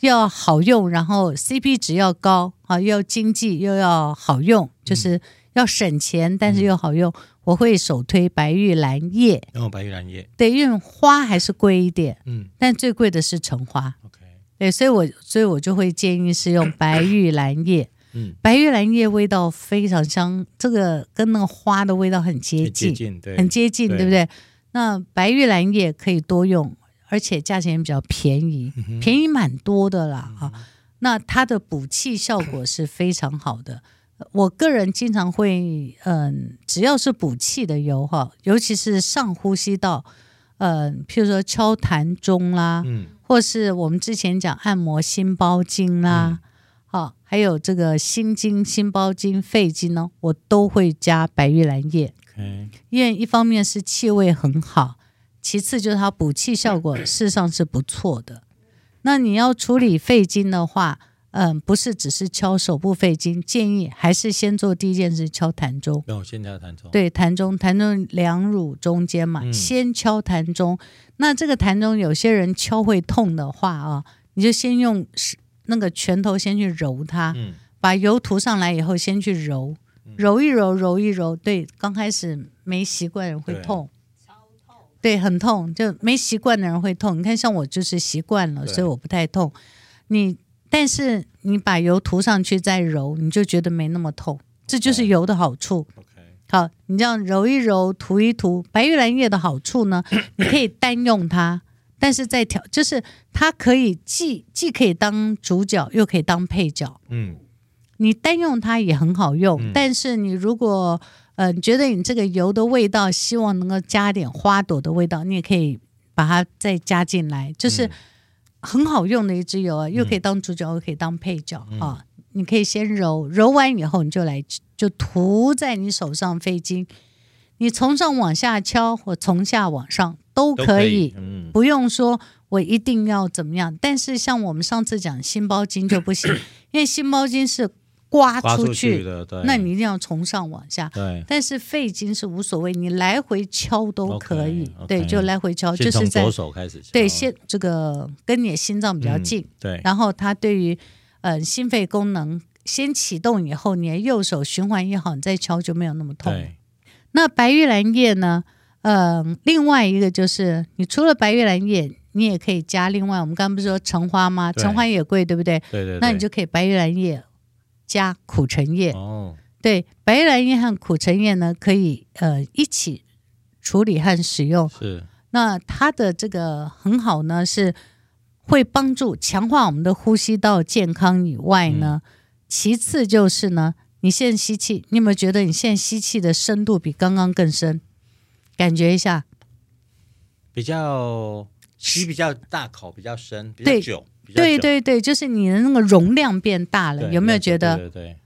Speaker 1: 要好用，然后 CP 值要高啊，又要经济又要好用，就是要省钱，但是又好用。我会首推白玉兰叶，
Speaker 2: 然后白玉兰叶，
Speaker 1: 对，因为花还是贵一点，
Speaker 2: 嗯
Speaker 1: 但最贵的是橙花，
Speaker 2: ，OK，
Speaker 1: 对，所以我所以我就会建议是用白玉兰叶。
Speaker 2: 嗯，
Speaker 1: 白玉兰叶味道非常香，这个跟那个花的味道很接近，
Speaker 2: 很接近，对，
Speaker 1: 很接近，
Speaker 2: 对
Speaker 1: 对不对？那白玉兰叶可以多用，而且价钱也比较便宜，
Speaker 2: 嗯
Speaker 1: 便宜蛮多的啦啊。那它的补气效果是非常好的。我个人经常会，嗯，只要是补气的油哈，尤其是上呼吸道，嗯，譬如说敲痰钟啦，
Speaker 2: 嗯，
Speaker 1: 或是我们之前讲按摩心包经
Speaker 2: 嗯
Speaker 1: 啦，好、还有这个心经、心包经、肺经呢，我都会加白玉兰叶，
Speaker 2: 嗯
Speaker 1: 因为一方面是气味很好，其次就是它补气效果事实上是不错的。那你要处理肺经的话，嗯，不是只是敲手部肺经，建议还是先做第一件事敲痰中。
Speaker 2: 那我现在要弹奏，
Speaker 1: 对，痰中，痰中两乳中间嘛，
Speaker 2: 嗯
Speaker 1: 先敲痰中。那这个痰中，有些人敲会痛的话啊，你就先用是那个拳头先去揉它，
Speaker 2: 嗯，
Speaker 1: 把油涂上来以后，先去揉，揉一揉，揉一揉。对，刚开始没习惯的人会
Speaker 2: 对
Speaker 1: 痛，对，很痛，就没习惯的人会痛。你看，像我就是习惯了，
Speaker 2: 对
Speaker 1: 所以我不太痛。你，但是你把油涂上去再揉，你就觉得没那么痛，这就是
Speaker 2: 对
Speaker 1: 油的好处。
Speaker 2: ，OK，
Speaker 1: 好，你这样揉一揉、涂一涂，白玉兰叶的好处呢，你可以单用它，但是在调，就是它可以既既可以当主角，又可以当配角。
Speaker 2: 嗯，
Speaker 1: 你单用它也很好用，
Speaker 2: 嗯
Speaker 1: 但是你如果呃你觉得你这个油的味道，希望能够加点花朵的味道，你也可以把它再加进来，就是
Speaker 2: 嗯
Speaker 1: 很好用的一支油啊，又可以当主角，又可以当配角、
Speaker 2: 嗯
Speaker 1: 啊。你可以先揉，揉完以后你就来就涂在你手上肺经，你从上往下敲或从下往上都
Speaker 2: 都
Speaker 1: 可
Speaker 2: 以
Speaker 1: 以，，
Speaker 2: 嗯，
Speaker 1: 不用说我一定要怎么样。但是像我们上次讲心包经就不 行，因为心包经是刮
Speaker 2: 刮
Speaker 1: 出
Speaker 2: 去
Speaker 1: 去，
Speaker 2: 的，对，
Speaker 1: 那你一定要从上往下。
Speaker 2: 对，
Speaker 1: 但是肺经是无所谓，你来回敲都可以
Speaker 2: OK，OK
Speaker 1: 对，就来回哦敲，就
Speaker 2: 先
Speaker 1: 是
Speaker 2: 从左
Speaker 1: 在
Speaker 2: 手开始敲，哦
Speaker 1: 对先这个跟你的心脏比较近，
Speaker 2: 嗯，对，
Speaker 1: 然后它对于呃心肺功能先启动以后，你的右手循环也好，你再敲就没有那么痛了。
Speaker 2: 对，
Speaker 1: 那白玉兰叶呢？呃，另外一个就是，你除了白玉兰叶，你也可以加另外，我们刚刚不是说橙花吗？
Speaker 2: 对
Speaker 1: 橙花也贵，对不对？
Speaker 2: 对对，
Speaker 1: 那你
Speaker 2: 对
Speaker 1: 就可以白玉兰叶加苦橙叶。
Speaker 2: 哦，
Speaker 1: 对，白玉兰叶和苦橙叶呢，可以呃一起处理和使用。
Speaker 2: 是，
Speaker 1: 那它的这个很好呢，是会帮助强化我们的呼吸道健康以外呢，
Speaker 2: 嗯
Speaker 1: 其次就是呢，你现在吸气，你有没有觉得你现在吸气的深度比刚刚更深？感觉一下，
Speaker 2: 比较吸比较大口，比较深，比较
Speaker 1: 对
Speaker 2: 久，比较
Speaker 1: 对
Speaker 2: 久
Speaker 1: 对对，就是你的那个容量变大了，
Speaker 2: 对
Speaker 1: 有没有
Speaker 2: 比较
Speaker 1: 觉
Speaker 2: 久
Speaker 1: 得？
Speaker 2: 对对对，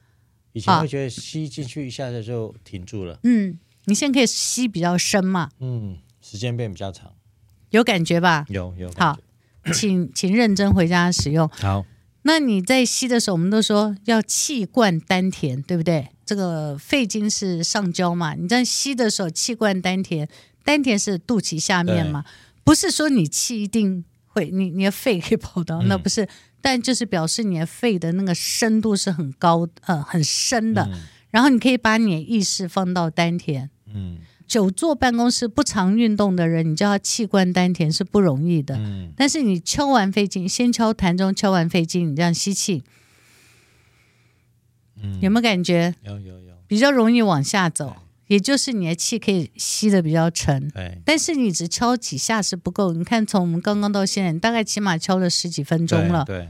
Speaker 2: 以前
Speaker 1: 啊
Speaker 2: 会觉得吸进去一下子就停住了，
Speaker 1: 嗯，你现在可以吸比较深嘛，
Speaker 2: 嗯，时间变比较长，？
Speaker 1: 有感觉吧
Speaker 2: 有有感
Speaker 1: 好
Speaker 2: 觉，
Speaker 1: 请请认真回家使用。
Speaker 2: 好，
Speaker 1: 那你在吸的时候，我们都说要气贯丹田，对不对？这个肺经是上焦嘛，你在吸的时候气贯丹田，丹田是肚脐下面嘛，不是说你气一定会，你你的肺可以跑到、那
Speaker 2: 嗯
Speaker 1: 不是，但就是表示你的肺的那个深度是很高，呃，很深的。
Speaker 2: 嗯
Speaker 1: 然后你可以把你的意识放到丹田。
Speaker 2: 嗯
Speaker 1: 久坐办公室不常运动的人，你叫他气贯丹田是不容易的。
Speaker 2: 嗯，
Speaker 1: 但是你敲完肺经，先敲痰中，敲完肺经，你这样吸气，
Speaker 2: 嗯
Speaker 1: 有没有感觉
Speaker 2: 有有有，
Speaker 1: 比较容易往下走？也就是你的气可以吸的比较沉，
Speaker 2: 对，
Speaker 1: 但是你只敲几下是不够。你看，从我们刚刚到现在，你大概起码敲了十几分钟
Speaker 2: 对
Speaker 1: 了，
Speaker 2: 对，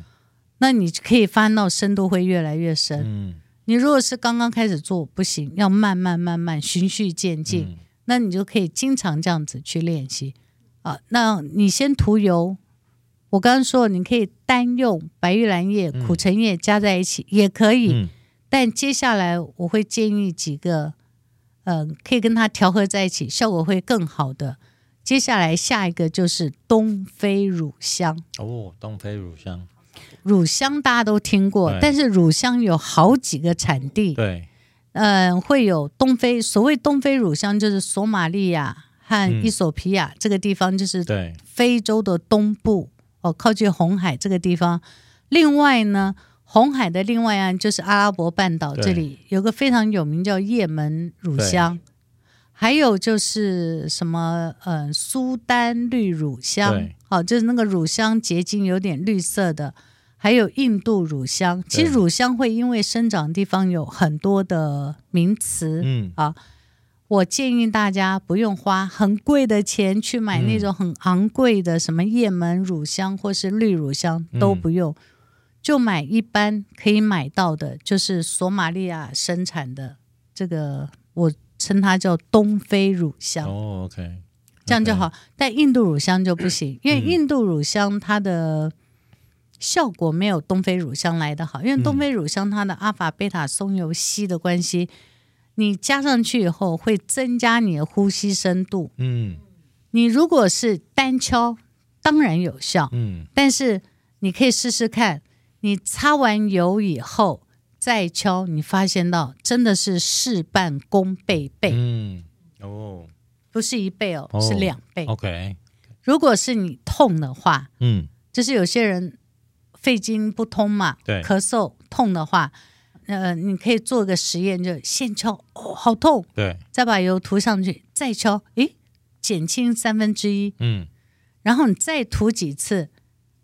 Speaker 1: 那你可以发现到深度会越来越深。
Speaker 2: 嗯，
Speaker 1: 你如果是刚刚开始做不行，要慢慢慢慢循序渐进。
Speaker 2: 嗯
Speaker 1: 那你就可以经常这样子去练习啊。那你先涂油，我刚刚说你可以单用白玉兰叶、
Speaker 2: 嗯
Speaker 1: 苦橙叶加在一起、也可以，
Speaker 2: 嗯
Speaker 1: 但接下来我会建议几个，呃，可以跟它调和在一起，效果会更好的。接下来下一个就是东非乳香，
Speaker 2: 哦，东非乳香，
Speaker 1: 乳香大家都听过
Speaker 2: 对，
Speaker 1: 但是乳香有好几个产地，
Speaker 2: 对
Speaker 1: 嗯，会有东非。所谓东非乳香，就是索马利亚
Speaker 2: 嗯
Speaker 1: 和伊索比亚、这个地方，就是
Speaker 2: 对
Speaker 1: 非洲的东部哦，靠近红海这个地方。另外呢，红海的另外一岸就是阿拉伯半岛
Speaker 2: 对
Speaker 1: 这里有个非常有名叫也门乳香，还有就是什么呃苏丹绿乳香
Speaker 2: 对，
Speaker 1: 好、就是那个乳香结晶有点绿色的。还有印度乳香，其实
Speaker 2: 对
Speaker 1: 乳香会因为生长地方有很多的名词，
Speaker 2: 嗯
Speaker 1: 啊，我建议大家不用花很贵的钱去买
Speaker 2: 嗯
Speaker 1: 那种很昂贵的什么叶门乳香或是绿乳香
Speaker 2: 嗯
Speaker 1: 都不用，就买一般可以买到的，就是索马利亚生产的这个，我称它叫东非乳香，
Speaker 2: 哦 OK
Speaker 1: 这样就好。但印度乳香就不行，因为
Speaker 2: 嗯
Speaker 1: 印度乳香它的。效果没有东非乳香来的好，因为东
Speaker 2: 嗯
Speaker 1: 非乳香它的阿法贝塔松油烯的关系，你加上去以后会增加你的呼吸深度。
Speaker 2: 嗯
Speaker 1: 你如果是单敲，当然有效，
Speaker 2: 嗯
Speaker 1: 但是你可以试试看，你擦完油以后再敲，你发现到真的是事半功倍倍，
Speaker 2: 嗯哦
Speaker 1: 不是一倍哦，
Speaker 2: 哦
Speaker 1: 是两倍。
Speaker 2: OK
Speaker 1: 如果是你痛的话，
Speaker 2: 嗯
Speaker 1: 就是有些人肺经不通嘛，
Speaker 2: 对
Speaker 1: 咳嗽痛的话，呃，你可以做个实验，就现敲，哦，好痛，
Speaker 2: 对
Speaker 1: 再把油涂上去，再敲，诶，减轻三分之一，
Speaker 2: 嗯
Speaker 1: 然后你再涂几次，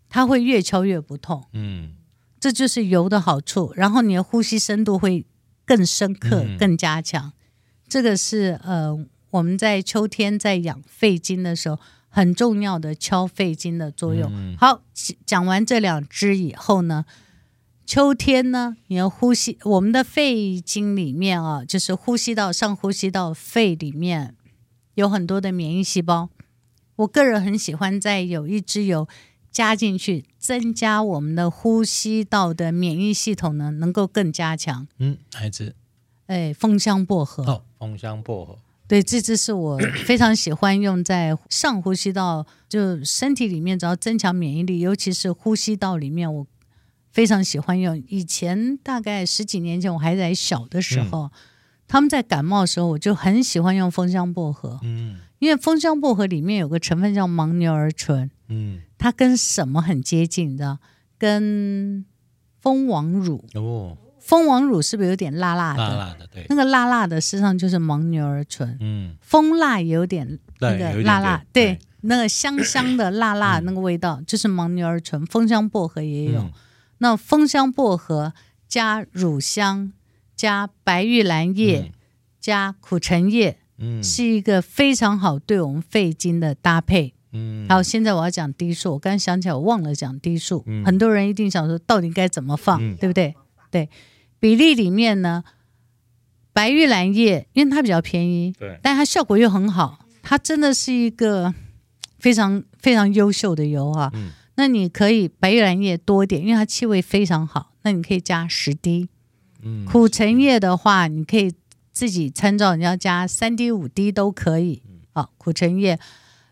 Speaker 1: 它会越敲越不痛，
Speaker 2: 嗯
Speaker 1: 这就是油的好处。然后你的呼吸深度会更深刻、
Speaker 2: 嗯
Speaker 1: 更加强。这个是呃，我们在秋天在养肺经的时候很重要的敲肺经的作用。
Speaker 2: 嗯
Speaker 1: 好，讲讲完这两支以后呢，秋天呢，你的呼吸，我们的肺经里面啊，就是呼吸道、上呼吸道、肺里面有很多的免疫细胞。我个人很喜欢在有一支油加进去，增加我们的呼吸道的免疫系统呢，能够更加强。
Speaker 2: 嗯哪一只
Speaker 1: 哎，枫香薄荷，
Speaker 2: 哦枫香薄荷
Speaker 1: 对，这支是我非常喜欢用在上呼吸道，就身体里面，只要增强免疫力，尤其是呼吸道里面，我非常喜欢用。以前大概十几年前，我还在小的时候，他们在感冒的时候，我就很喜欢用枫香薄荷，
Speaker 2: 嗯
Speaker 1: 因为枫香薄荷里面有个成分叫牻牛儿醇，
Speaker 2: 嗯
Speaker 1: 它跟什么很接近？你知道？跟蜂王乳，
Speaker 2: 哦
Speaker 1: 蜂王乳是不是有点辣辣的？
Speaker 2: 辣辣的对
Speaker 1: 那个辣辣的，事实上就是牻牛儿醇。
Speaker 2: 嗯
Speaker 1: 蜂蜡也有点那
Speaker 2: 对
Speaker 1: 个
Speaker 2: 有一点
Speaker 1: 辣辣，
Speaker 2: 对对
Speaker 1: 那个香香 的辣辣那个味道，就是牻牛儿醇，枫香薄荷也有。
Speaker 2: 嗯
Speaker 1: 那枫香薄荷加乳香加白玉兰叶、加苦橙叶，
Speaker 2: 嗯
Speaker 1: 是一个非常好对我们肺经的搭配。
Speaker 2: 嗯
Speaker 1: 好，现在我要讲低速，我刚想起来我忘了讲低速，
Speaker 2: 嗯
Speaker 1: 很多人一定想说到底该怎么放，
Speaker 2: 嗯
Speaker 1: 对不对？对，比例里面呢，白玉兰叶因为它比较便宜，
Speaker 2: 对
Speaker 1: 但它效果又很好，它真的是一个非常非常优秀的油啊。
Speaker 2: 嗯
Speaker 1: 那你可以白玉兰叶多一点，因为它气味非常好。那你可以加十滴。
Speaker 2: 嗯
Speaker 1: 苦橙叶的话，你可以自己参照，你要加三滴五滴都可以。
Speaker 2: 嗯
Speaker 1: 好，苦橙叶，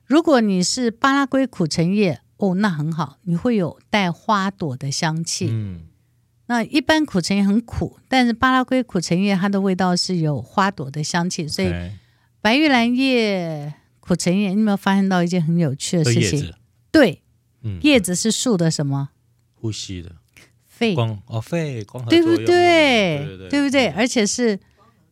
Speaker 1: 如果你是巴拉圭苦橙叶，哦，那很好，你会有带花朵的香气。
Speaker 2: 嗯
Speaker 1: 那一般苦橙叶很苦，但是巴拉圭苦橙叶它的味道是有花朵的香气，所以
Speaker 2: 对
Speaker 1: 白玉兰叶、苦橙叶，你有没有发现到一件很有趣的
Speaker 2: 这
Speaker 1: 事
Speaker 2: 叶
Speaker 1: 情？
Speaker 2: 子
Speaker 1: 对，
Speaker 2: 嗯
Speaker 1: 叶子是树的什么
Speaker 2: 呼吸的
Speaker 1: 肺，
Speaker 2: 光哦肺光合
Speaker 1: 对
Speaker 2: 作
Speaker 1: 不
Speaker 2: 用对
Speaker 1: 对不对？？而且是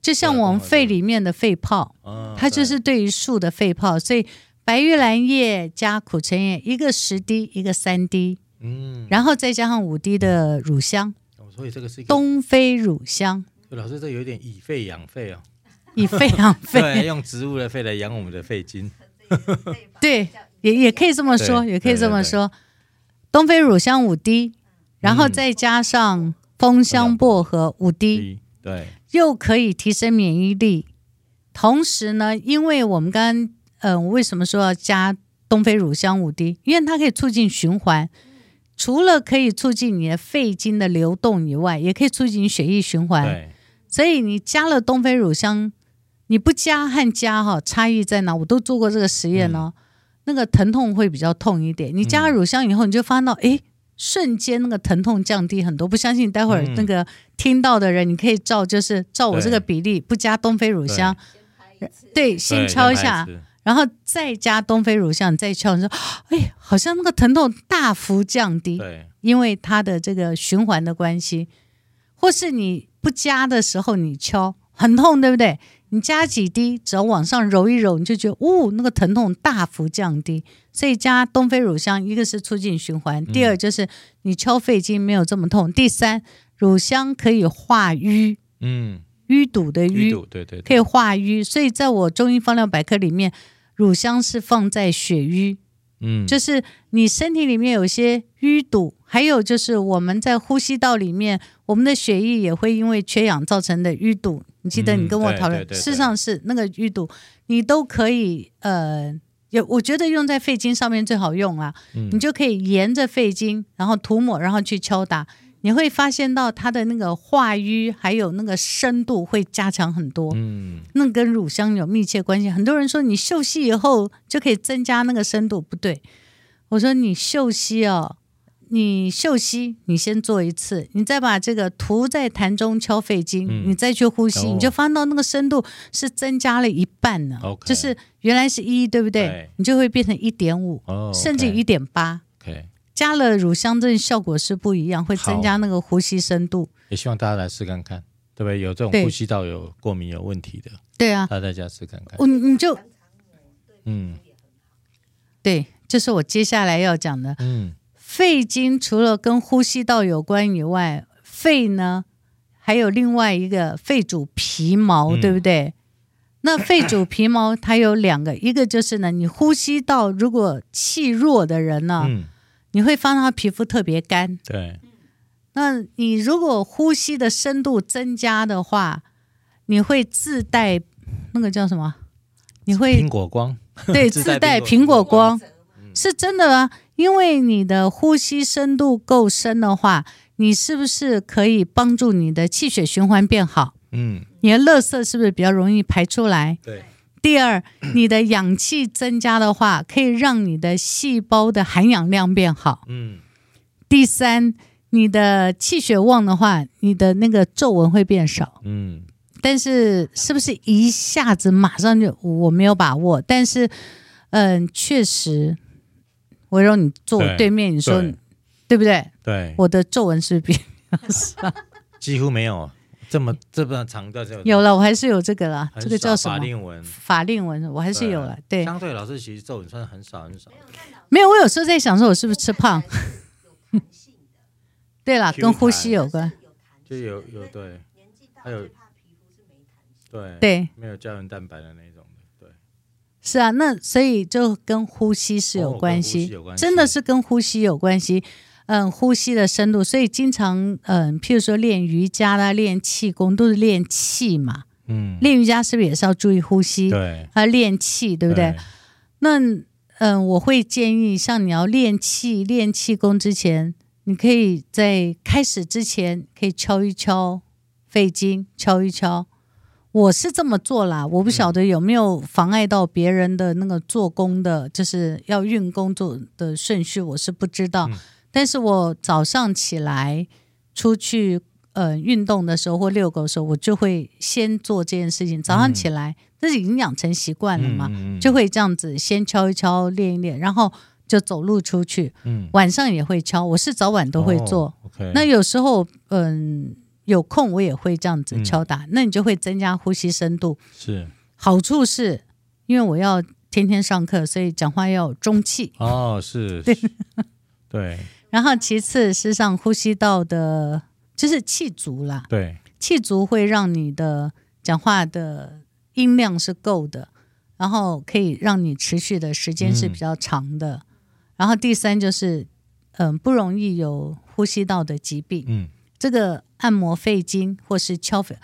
Speaker 1: 就像我们肺里面的肺泡，
Speaker 2: 嗯
Speaker 1: 它就
Speaker 2: 对
Speaker 1: 是对于树的肺泡，所以白玉兰叶加苦橙叶，一个十滴，一个三滴，
Speaker 2: 嗯，
Speaker 1: 然后再加上五滴的乳香，
Speaker 2: 哦所以这个是一个
Speaker 1: 东非乳香，
Speaker 2: 老师，这有点以肺养肺哦，
Speaker 1: 以肺养
Speaker 2: 对，
Speaker 1: 肺，
Speaker 2: 用植物的肺来养我们的 肺经，
Speaker 1: 对，也也可以这么说，
Speaker 2: 对
Speaker 1: 也可以这么
Speaker 2: 对对
Speaker 1: 说，东非乳香五滴，然后再加上枫香薄荷五滴，
Speaker 2: 一对，
Speaker 1: 又可以提升免疫力。同时呢，因为我们刚刚嗯、我为什么说要加东非乳香五滴？因为它可以促进循环，除了可以促进你的肺经的流动以外，也可以促进血液循环。
Speaker 2: 对，
Speaker 1: 所以你加了东非乳香，你不加和加哈、差异在哪？我都嗯做过这个实验哦，那个疼痛会比较痛一点。你加了乳香以后，你就发现到，诶，瞬间那个疼痛降低很多。不相信待会儿那个听到的人，你可以照就是照我这个比例，不加东非乳香，对，先敲一下，
Speaker 2: 对
Speaker 1: 然后再加东非乳香，你再敲，你说，哎，好像那个疼痛大幅降低。
Speaker 2: 对，
Speaker 1: 因为它的这个循环的关系，或是你不加的时候你敲很痛，对不对？你加几滴，只要往上揉一揉，你就觉得，哦，那个疼痛大幅降低。所以加东非乳香，一个是促进循
Speaker 2: 嗯
Speaker 1: 环，第二就是你敲肺经没有这么痛，第三乳香可以化瘀，
Speaker 2: 嗯，
Speaker 1: 淤堵的
Speaker 2: 淤
Speaker 1: 淤，
Speaker 2: 堵，对对对，
Speaker 1: 可以化瘀。所以在我中医方疗百科里面，乳香是放在血瘀，
Speaker 2: 嗯，
Speaker 1: 就是你身体里面有一些淤堵，还有就是我们在呼吸道里面，我们的血液也会因为缺氧造成的淤堵。你记得
Speaker 2: 嗯
Speaker 1: 你跟我讨论，
Speaker 2: 对对对
Speaker 1: 事实上是那个淤堵，你都可以呃，有我觉得用在肺经上面最好用啊，
Speaker 2: 嗯
Speaker 1: 你就可以沿着肺经，然后涂抹，然后去敲打。你会发现到它的那个化瘀，还有那个深度会加强很多。
Speaker 2: 嗯，
Speaker 1: 那跟乳香有密切关系。很多人说你嗅息以后就可以增加那个深度，不对。我说你嗅息哦，你嗅息，你先做一次，你再把这个涂在痰中敲肺经，
Speaker 2: 嗯
Speaker 1: 你再去呼吸，
Speaker 2: 哦
Speaker 1: 你就发现到那个深度是增加了一半呢。
Speaker 2: OK
Speaker 1: 就是原来是一，对不对？
Speaker 2: 对
Speaker 1: 你就会变成一点五，
Speaker 2: 哦，
Speaker 1: 甚至一点八。
Speaker 2: ，OK，
Speaker 1: 加了乳香，这效果是不一样，会增加那个呼吸深度。
Speaker 2: 也希望大家来试看看，对不对？有这种
Speaker 1: 对
Speaker 2: 呼吸道有过敏有问题的，
Speaker 1: 对啊，
Speaker 2: 大家在家试看看，
Speaker 1: 我你就
Speaker 2: 嗯
Speaker 1: 对，就是我接下来要讲的。
Speaker 2: 嗯，
Speaker 1: 肺经除了跟呼吸道有关以外，肺呢还有另外一个肺主皮毛，
Speaker 2: 嗯
Speaker 1: 对不对？那肺主皮毛，它有两个，一个就是呢，你呼吸道如果气弱的人呢，
Speaker 2: 嗯，
Speaker 1: 你会发现他皮肤特别干。
Speaker 2: 对，
Speaker 1: 那你如果呼吸的深度增加的话，你会自带那个叫什么？你会
Speaker 2: 苹果光，
Speaker 1: 对，
Speaker 2: 自
Speaker 1: 自
Speaker 2: 带
Speaker 1: 带
Speaker 2: 苹
Speaker 1: 苹
Speaker 2: 果嗯
Speaker 1: 果光是真的啊，因为你的呼吸深度够深的话，你是不是可以帮助你的气血循环变好？
Speaker 2: 嗯，
Speaker 1: 你的垃圾是不是比较容易排出来？
Speaker 2: 对，
Speaker 1: 第二，你的氧气增加的话，可以让你的细胞的含氧量变好。
Speaker 2: 嗯，
Speaker 1: 第三，你的气血旺的话，你的那个皱纹会变少。
Speaker 2: 嗯，
Speaker 1: 但是是不是一下子马上就我没有把握？但是，嗯，确实，我让你坐我
Speaker 2: 对
Speaker 1: 对面，你说
Speaker 2: 对
Speaker 1: 对不对？
Speaker 2: 对，
Speaker 1: 我的皱纹是不是比
Speaker 2: 几乎没有这么这么长的，
Speaker 1: 有了，我还是有这个了，
Speaker 2: 很
Speaker 1: 这个叫什
Speaker 2: 少法
Speaker 1: 么？
Speaker 2: 令纹，
Speaker 1: 法令纹，我还是有了。对，
Speaker 2: 相对老师其实皱纹算很少很少，
Speaker 1: 没有，我有时候在想说，我是不是吃胖？对啦，
Speaker 2: Q
Speaker 1: 跟呼吸有关。
Speaker 2: 就有有对，还有对
Speaker 1: 对，
Speaker 2: 没有胶原蛋白的那种的，
Speaker 1: 是啊，那所以就跟呼吸是
Speaker 2: 哦
Speaker 1: 有
Speaker 2: 跟
Speaker 1: 关
Speaker 2: 呼
Speaker 1: 系，
Speaker 2: 吸有关系
Speaker 1: 真的是跟呼吸有关系。嗯，呼吸的深度，所以经常嗯，譬如说练瑜伽啦、练气功，都是练气嘛。
Speaker 2: 嗯，
Speaker 1: 练瑜伽是不是也是要注意呼吸？
Speaker 2: 对，
Speaker 1: 还有练气，嗯对不对？？那嗯，我会建议，像你要练气、练气功之前，你可以在开始之前可以敲一敲肺经，敲一敲。我是这么做啦，我不
Speaker 2: 嗯
Speaker 1: 晓得有没有妨碍到别人的那个做工的，就是要运工作的顺序，我是不知道。
Speaker 2: 嗯
Speaker 1: 但是我早上起来出去呃运动的时候或遛狗的时候，我就会先做这件事情。早上起来，这已经养成习惯了嘛。
Speaker 2: 嗯
Speaker 1: 就会这样子先敲一敲，练一练，然后就走路出去。
Speaker 2: 嗯
Speaker 1: 晚上也会敲，我是早晚都会做。
Speaker 2: 哦，OK，
Speaker 1: 那有时候，嗯，有空我也会这样子敲打，那你就会增加呼吸深度。
Speaker 2: 是
Speaker 1: 好处是，因为我要天天上课，所以讲话要有中气。
Speaker 2: 哦， 是，对，对
Speaker 1: 然后其次是上呼吸道的，就是气足啦，
Speaker 2: 对，
Speaker 1: 气足会让你的讲话的音量是够的，然后可以让你持续的时间是比较长的。然后第三就是，嗯、不容易有呼吸道的疾病。
Speaker 2: 嗯，
Speaker 1: 这个按摩肺经或是敲肺，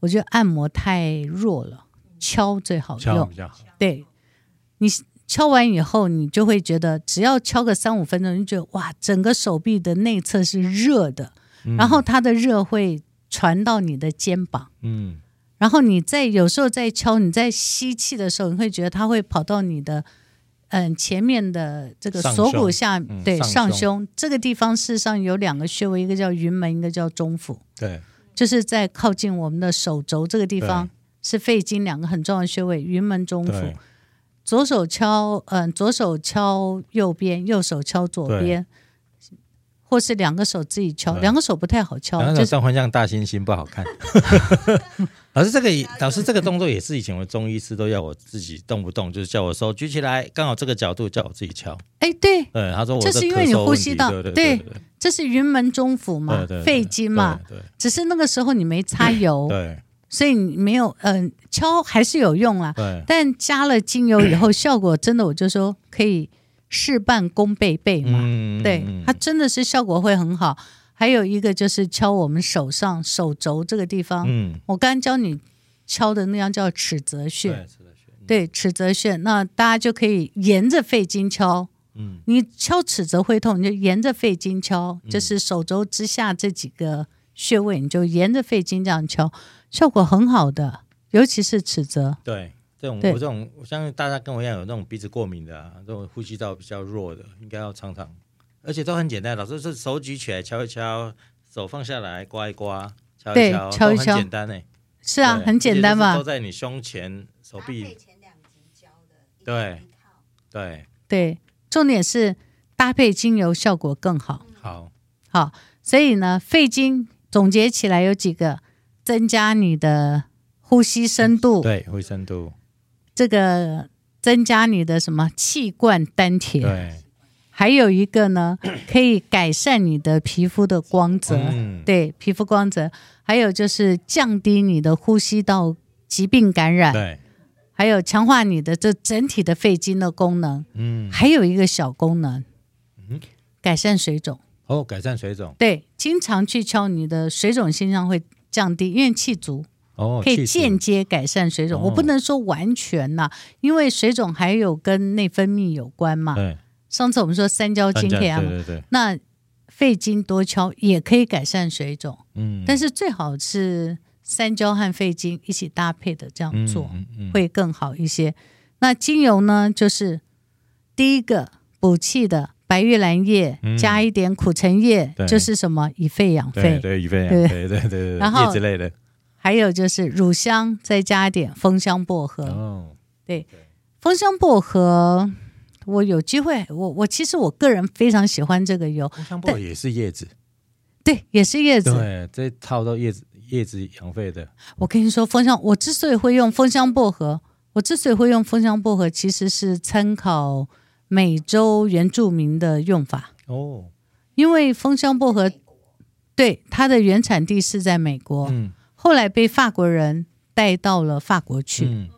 Speaker 1: 我觉得按摩太弱了，敲最好
Speaker 2: 敲
Speaker 1: 用
Speaker 2: 比。较好，
Speaker 1: 对你敲完以后，你就会觉得只要敲个三五分钟，你就觉得哇，整个手臂的内侧是热的，
Speaker 2: 嗯
Speaker 1: 然后它的热会传到你的肩膀，
Speaker 2: 嗯
Speaker 1: 然后你在有时候在敲，你在吸气的时候，你会觉得它会跑到你的嗯前面的这个
Speaker 2: 上
Speaker 1: 锁骨
Speaker 2: 胸
Speaker 1: 下
Speaker 2: 嗯
Speaker 1: 对
Speaker 2: 上
Speaker 1: 上
Speaker 2: 胸
Speaker 1: 胸这个地方，事实上有两个穴位，一个叫云门，一个叫中府，
Speaker 2: 对
Speaker 1: 就是在靠近我们的手肘这个地方是肺经两个很重要的穴位，云门、中府。
Speaker 2: 对
Speaker 1: 左手敲，嗯、左手敲右边，右手敲左边，或是两个手自己敲，
Speaker 2: 对
Speaker 1: 两个手不太好敲，
Speaker 2: 然后
Speaker 1: 就
Speaker 2: 手
Speaker 1: 是
Speaker 2: 上换像大猩猩不好看。 老师，这个也老师这个动作也是以前我中医师都要我自己动不动，就是叫我手举起来，刚好这个角度叫我自己敲。
Speaker 1: 哎，对，
Speaker 2: 对，他说我
Speaker 1: 这是因为
Speaker 2: 咳
Speaker 1: 你
Speaker 2: 嗽
Speaker 1: 呼
Speaker 2: 问
Speaker 1: 吸
Speaker 2: 题
Speaker 1: 道
Speaker 2: 对对
Speaker 1: 对
Speaker 2: 对对
Speaker 1: 这是云门中府嘛
Speaker 2: 对，对对
Speaker 1: 肺经嘛，
Speaker 2: 对
Speaker 1: 只是那个时候你没擦油，
Speaker 2: 对
Speaker 1: 所以你没有，嗯、敲还是有用啦，
Speaker 2: 对
Speaker 1: 但加了精油以后，效果真的我就说可以事半功倍倍嘛，
Speaker 2: 嗯
Speaker 1: 对
Speaker 2: 嗯，
Speaker 1: 它真的是效果会很好。还有一个就是敲我们手上手肘这个地方，
Speaker 2: 嗯，
Speaker 1: 我刚刚教你敲的那样叫尺泽穴，
Speaker 2: 对是的是的
Speaker 1: 对，尺泽穴，那大家就可以沿着肺经敲。
Speaker 2: 嗯，
Speaker 1: 你敲尺泽会痛，你就沿着肺经敲，就是手肘之下这几个穴位，你就沿着肺经这样敲，效果很好的，尤其是尺泽。
Speaker 2: 对。这种我
Speaker 1: 对
Speaker 2: 这种，我相信大家跟我一样有那种鼻子过敏的、啊，这种呼吸道比较弱的，应该要常常，而且都很简单。老师是手举起来敲一敲，手放下来刮一刮，敲一
Speaker 1: 对
Speaker 2: 敲，
Speaker 1: 敲一
Speaker 2: 都很
Speaker 1: 敲
Speaker 2: 简单哎。
Speaker 1: 是啊，
Speaker 2: 对
Speaker 1: 很简单
Speaker 2: 而且就是
Speaker 1: 吧
Speaker 2: 都？在你胸前、手臂，
Speaker 3: 前两集教的，一
Speaker 2: 对
Speaker 3: 一套
Speaker 2: 对，
Speaker 1: 对，重点是搭配精油效果更好。
Speaker 2: 好，
Speaker 1: 好，所以呢，肺经总结起来有几个，增加你的呼吸深度，
Speaker 2: 对，会深度，
Speaker 1: 这个增加你的什么气罐丹田，
Speaker 2: 对，
Speaker 1: 还有一个 呢，可以改善你的皮肤的光泽，
Speaker 2: 嗯，
Speaker 1: 对皮肤光泽，还有就是降低你的呼吸道疾病感染，
Speaker 2: 对，
Speaker 1: 还有强化你的这整体的肺经的功能，
Speaker 2: 嗯，
Speaker 1: 还有一个小功能
Speaker 2: 嗯，
Speaker 1: 改善水肿。
Speaker 2: 哦，改善水肿，
Speaker 1: 对，经常去敲你的水肿现象会降低，因为气足
Speaker 2: 哦，
Speaker 1: 可以
Speaker 2: 气足
Speaker 1: 间接改善水肿。我不
Speaker 2: 哦
Speaker 1: 能说完全呐、因为水肿还有跟内分泌有关嘛。
Speaker 2: 对，
Speaker 1: 上次我们说三焦经
Speaker 2: 增加
Speaker 1: 可以按
Speaker 2: 对
Speaker 1: 摩，
Speaker 2: 对对，
Speaker 1: 那肺经多敲也可以改善水肿，
Speaker 2: 嗯，
Speaker 1: 但是最好是三焦和肺经一起搭配的这样做，
Speaker 2: 嗯嗯嗯
Speaker 1: 会更好一些。那精油呢，就是第一个补气的白玉兰叶，
Speaker 2: 嗯
Speaker 1: 加一点苦橙叶，
Speaker 2: 对
Speaker 1: 就是什么以肺养
Speaker 2: 对
Speaker 1: 肺。
Speaker 2: 对，以肺养
Speaker 1: 对
Speaker 2: 肺，对对对对，
Speaker 1: 然后
Speaker 2: 叶之类的，
Speaker 1: 还有就是乳香，再加一点枫香薄荷。
Speaker 2: 哦，
Speaker 1: 枫香薄荷，我有机会，我我其实我个人非常喜欢这个油，
Speaker 2: 红香薄荷也是叶子，
Speaker 1: 对，也是叶子。
Speaker 2: 对，这一套都叶子叶子养肺的，
Speaker 1: 我跟你说，枫香，我之所以会用枫香薄荷，我之所以会用枫香薄荷，其实是参考美洲原住民的用法，
Speaker 2: 哦，
Speaker 1: 因为枫香薄荷
Speaker 3: 美国
Speaker 1: 对它的原产地是在美国，
Speaker 2: 嗯
Speaker 1: 后来被法国人带到了法国去。
Speaker 2: 嗯，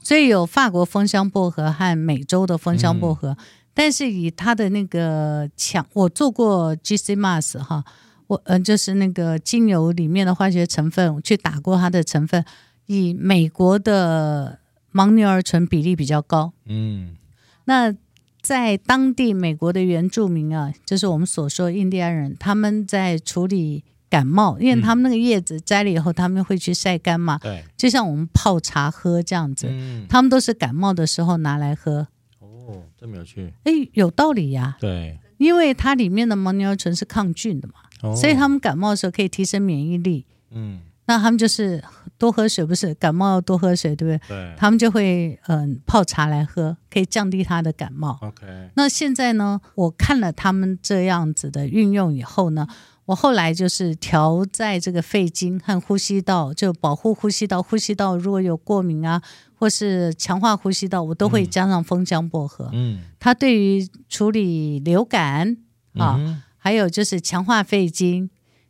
Speaker 1: 所以有法国枫香薄荷和美洲的枫香薄荷，但是以它的那个强，我做过 GC Mas 哈，我嗯、呃就是那个精油里面的化学成分，我去打过它的成分，以美国的牻牛儿醇比例比较高，
Speaker 2: 嗯
Speaker 1: 那在当地美国的原住民啊，就是我们所说印第安人，他们在处理感冒，因为他们那个叶子摘了以后，他们会去晒干嘛，
Speaker 2: 对，
Speaker 1: 就像我们泡茶喝这样子。
Speaker 2: 嗯，
Speaker 1: 他们都是感冒的时候拿来喝。
Speaker 2: 哦，这么有趣，
Speaker 1: 哎，有道理呀、
Speaker 2: 对，
Speaker 1: 因为它里面的牻牛儿醇是抗菌的嘛，
Speaker 2: 哦
Speaker 1: 所以他们感冒的时候可以提升免疫力。
Speaker 2: 嗯
Speaker 1: 那他们就是多喝水，不是感冒要多喝水，对不对？
Speaker 2: 对
Speaker 1: 他们就会嗯、泡茶来喝，可以降低他的感冒。
Speaker 2: ，OK，
Speaker 1: 那现在呢，我看了他们这样子的运用以后呢，我后来就是调在这个肺经和呼吸道，就保护呼吸道。呼吸道如果有过敏啊，或是强化呼吸道，我都会
Speaker 2: 嗯
Speaker 1: 加上枫香薄荷。
Speaker 2: 嗯
Speaker 1: 它对于处理流感啊，
Speaker 2: 嗯
Speaker 1: 还有就是强化肺经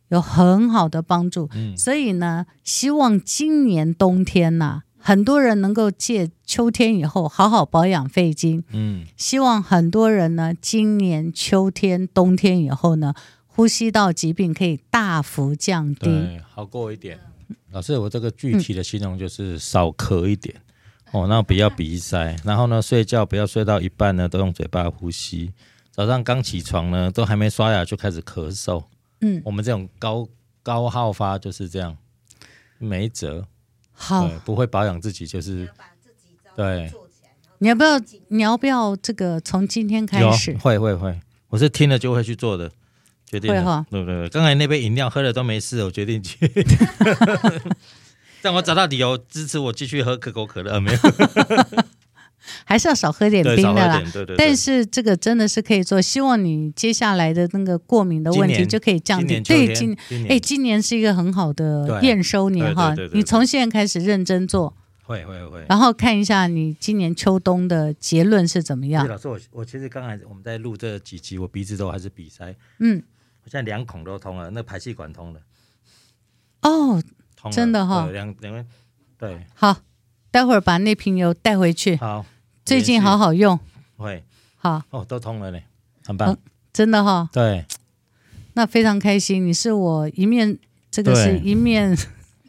Speaker 1: 有很好的帮助。
Speaker 2: 嗯
Speaker 1: 所以呢，希望今年冬天呐、很多人能够借秋天以后好好保养肺经。
Speaker 2: 嗯，
Speaker 1: 希望很多人呢，今年秋天、冬天以后呢，呼吸道疾病可以大幅降低。
Speaker 2: 对，好过一点。老师，我这个具体的形容就是少咳一点、哦，那不要鼻塞，然后呢，睡觉不要睡到一半呢都用嘴巴呼吸，早上刚起床呢都还没刷牙就开始咳嗽，
Speaker 1: 嗯，
Speaker 2: 我们这种高高好发就是这样，没辙，
Speaker 1: 好哦
Speaker 2: 对，，不会保养自己就是
Speaker 3: 要把自己招
Speaker 2: 对
Speaker 3: 做起来，然后
Speaker 1: 你要不要？你要不要这个从今天开
Speaker 2: 有
Speaker 1: 始？
Speaker 2: 会会会，我是听了就会去做的，决定
Speaker 1: 会
Speaker 2: 了
Speaker 1: 哈。
Speaker 2: 对对对，刚才那杯饮料喝了都没事，我决 定去。 但我找到理由支持我继续喝可口可乐，没有
Speaker 1: 还是要少喝点
Speaker 2: 对，
Speaker 1: 冰
Speaker 2: 少喝
Speaker 1: 的啦。
Speaker 2: 点，对对对。
Speaker 1: 但是这个真的是可以做，希望你接下来的那个过敏的问
Speaker 2: 今
Speaker 1: 题
Speaker 2: 年
Speaker 1: 就可以降
Speaker 2: 今
Speaker 1: 低。
Speaker 2: 年秋
Speaker 1: 对，
Speaker 2: 天，今
Speaker 1: 哎，
Speaker 2: 年
Speaker 1: 今年是一个很好的
Speaker 2: 对
Speaker 1: 验收年
Speaker 2: 对对
Speaker 1: 哈
Speaker 2: 对对，对
Speaker 1: 你从现在开始认真做，
Speaker 2: 会会会。
Speaker 1: 然后看一下你今年秋冬的结论是怎么
Speaker 2: 对，
Speaker 1: 样。
Speaker 2: 老师，我我其实刚才我们在录这几集，我鼻子都还是鼻塞，我
Speaker 1: 嗯，
Speaker 2: 现在两孔都通了，那排气管通了，
Speaker 1: 哦，
Speaker 2: 通了
Speaker 1: 真的哎哈
Speaker 2: 对两两边对，
Speaker 1: 好，待会儿把那瓶油带回去，
Speaker 2: 好，
Speaker 1: 最近
Speaker 2: 连续
Speaker 1: 好好用，
Speaker 2: 会
Speaker 1: 好，
Speaker 2: 哦，都通了嘞，很棒
Speaker 1: 嗯，真的哈、
Speaker 2: 对。
Speaker 1: 那非常开心，你是我一面。这个
Speaker 2: 对
Speaker 1: 是一面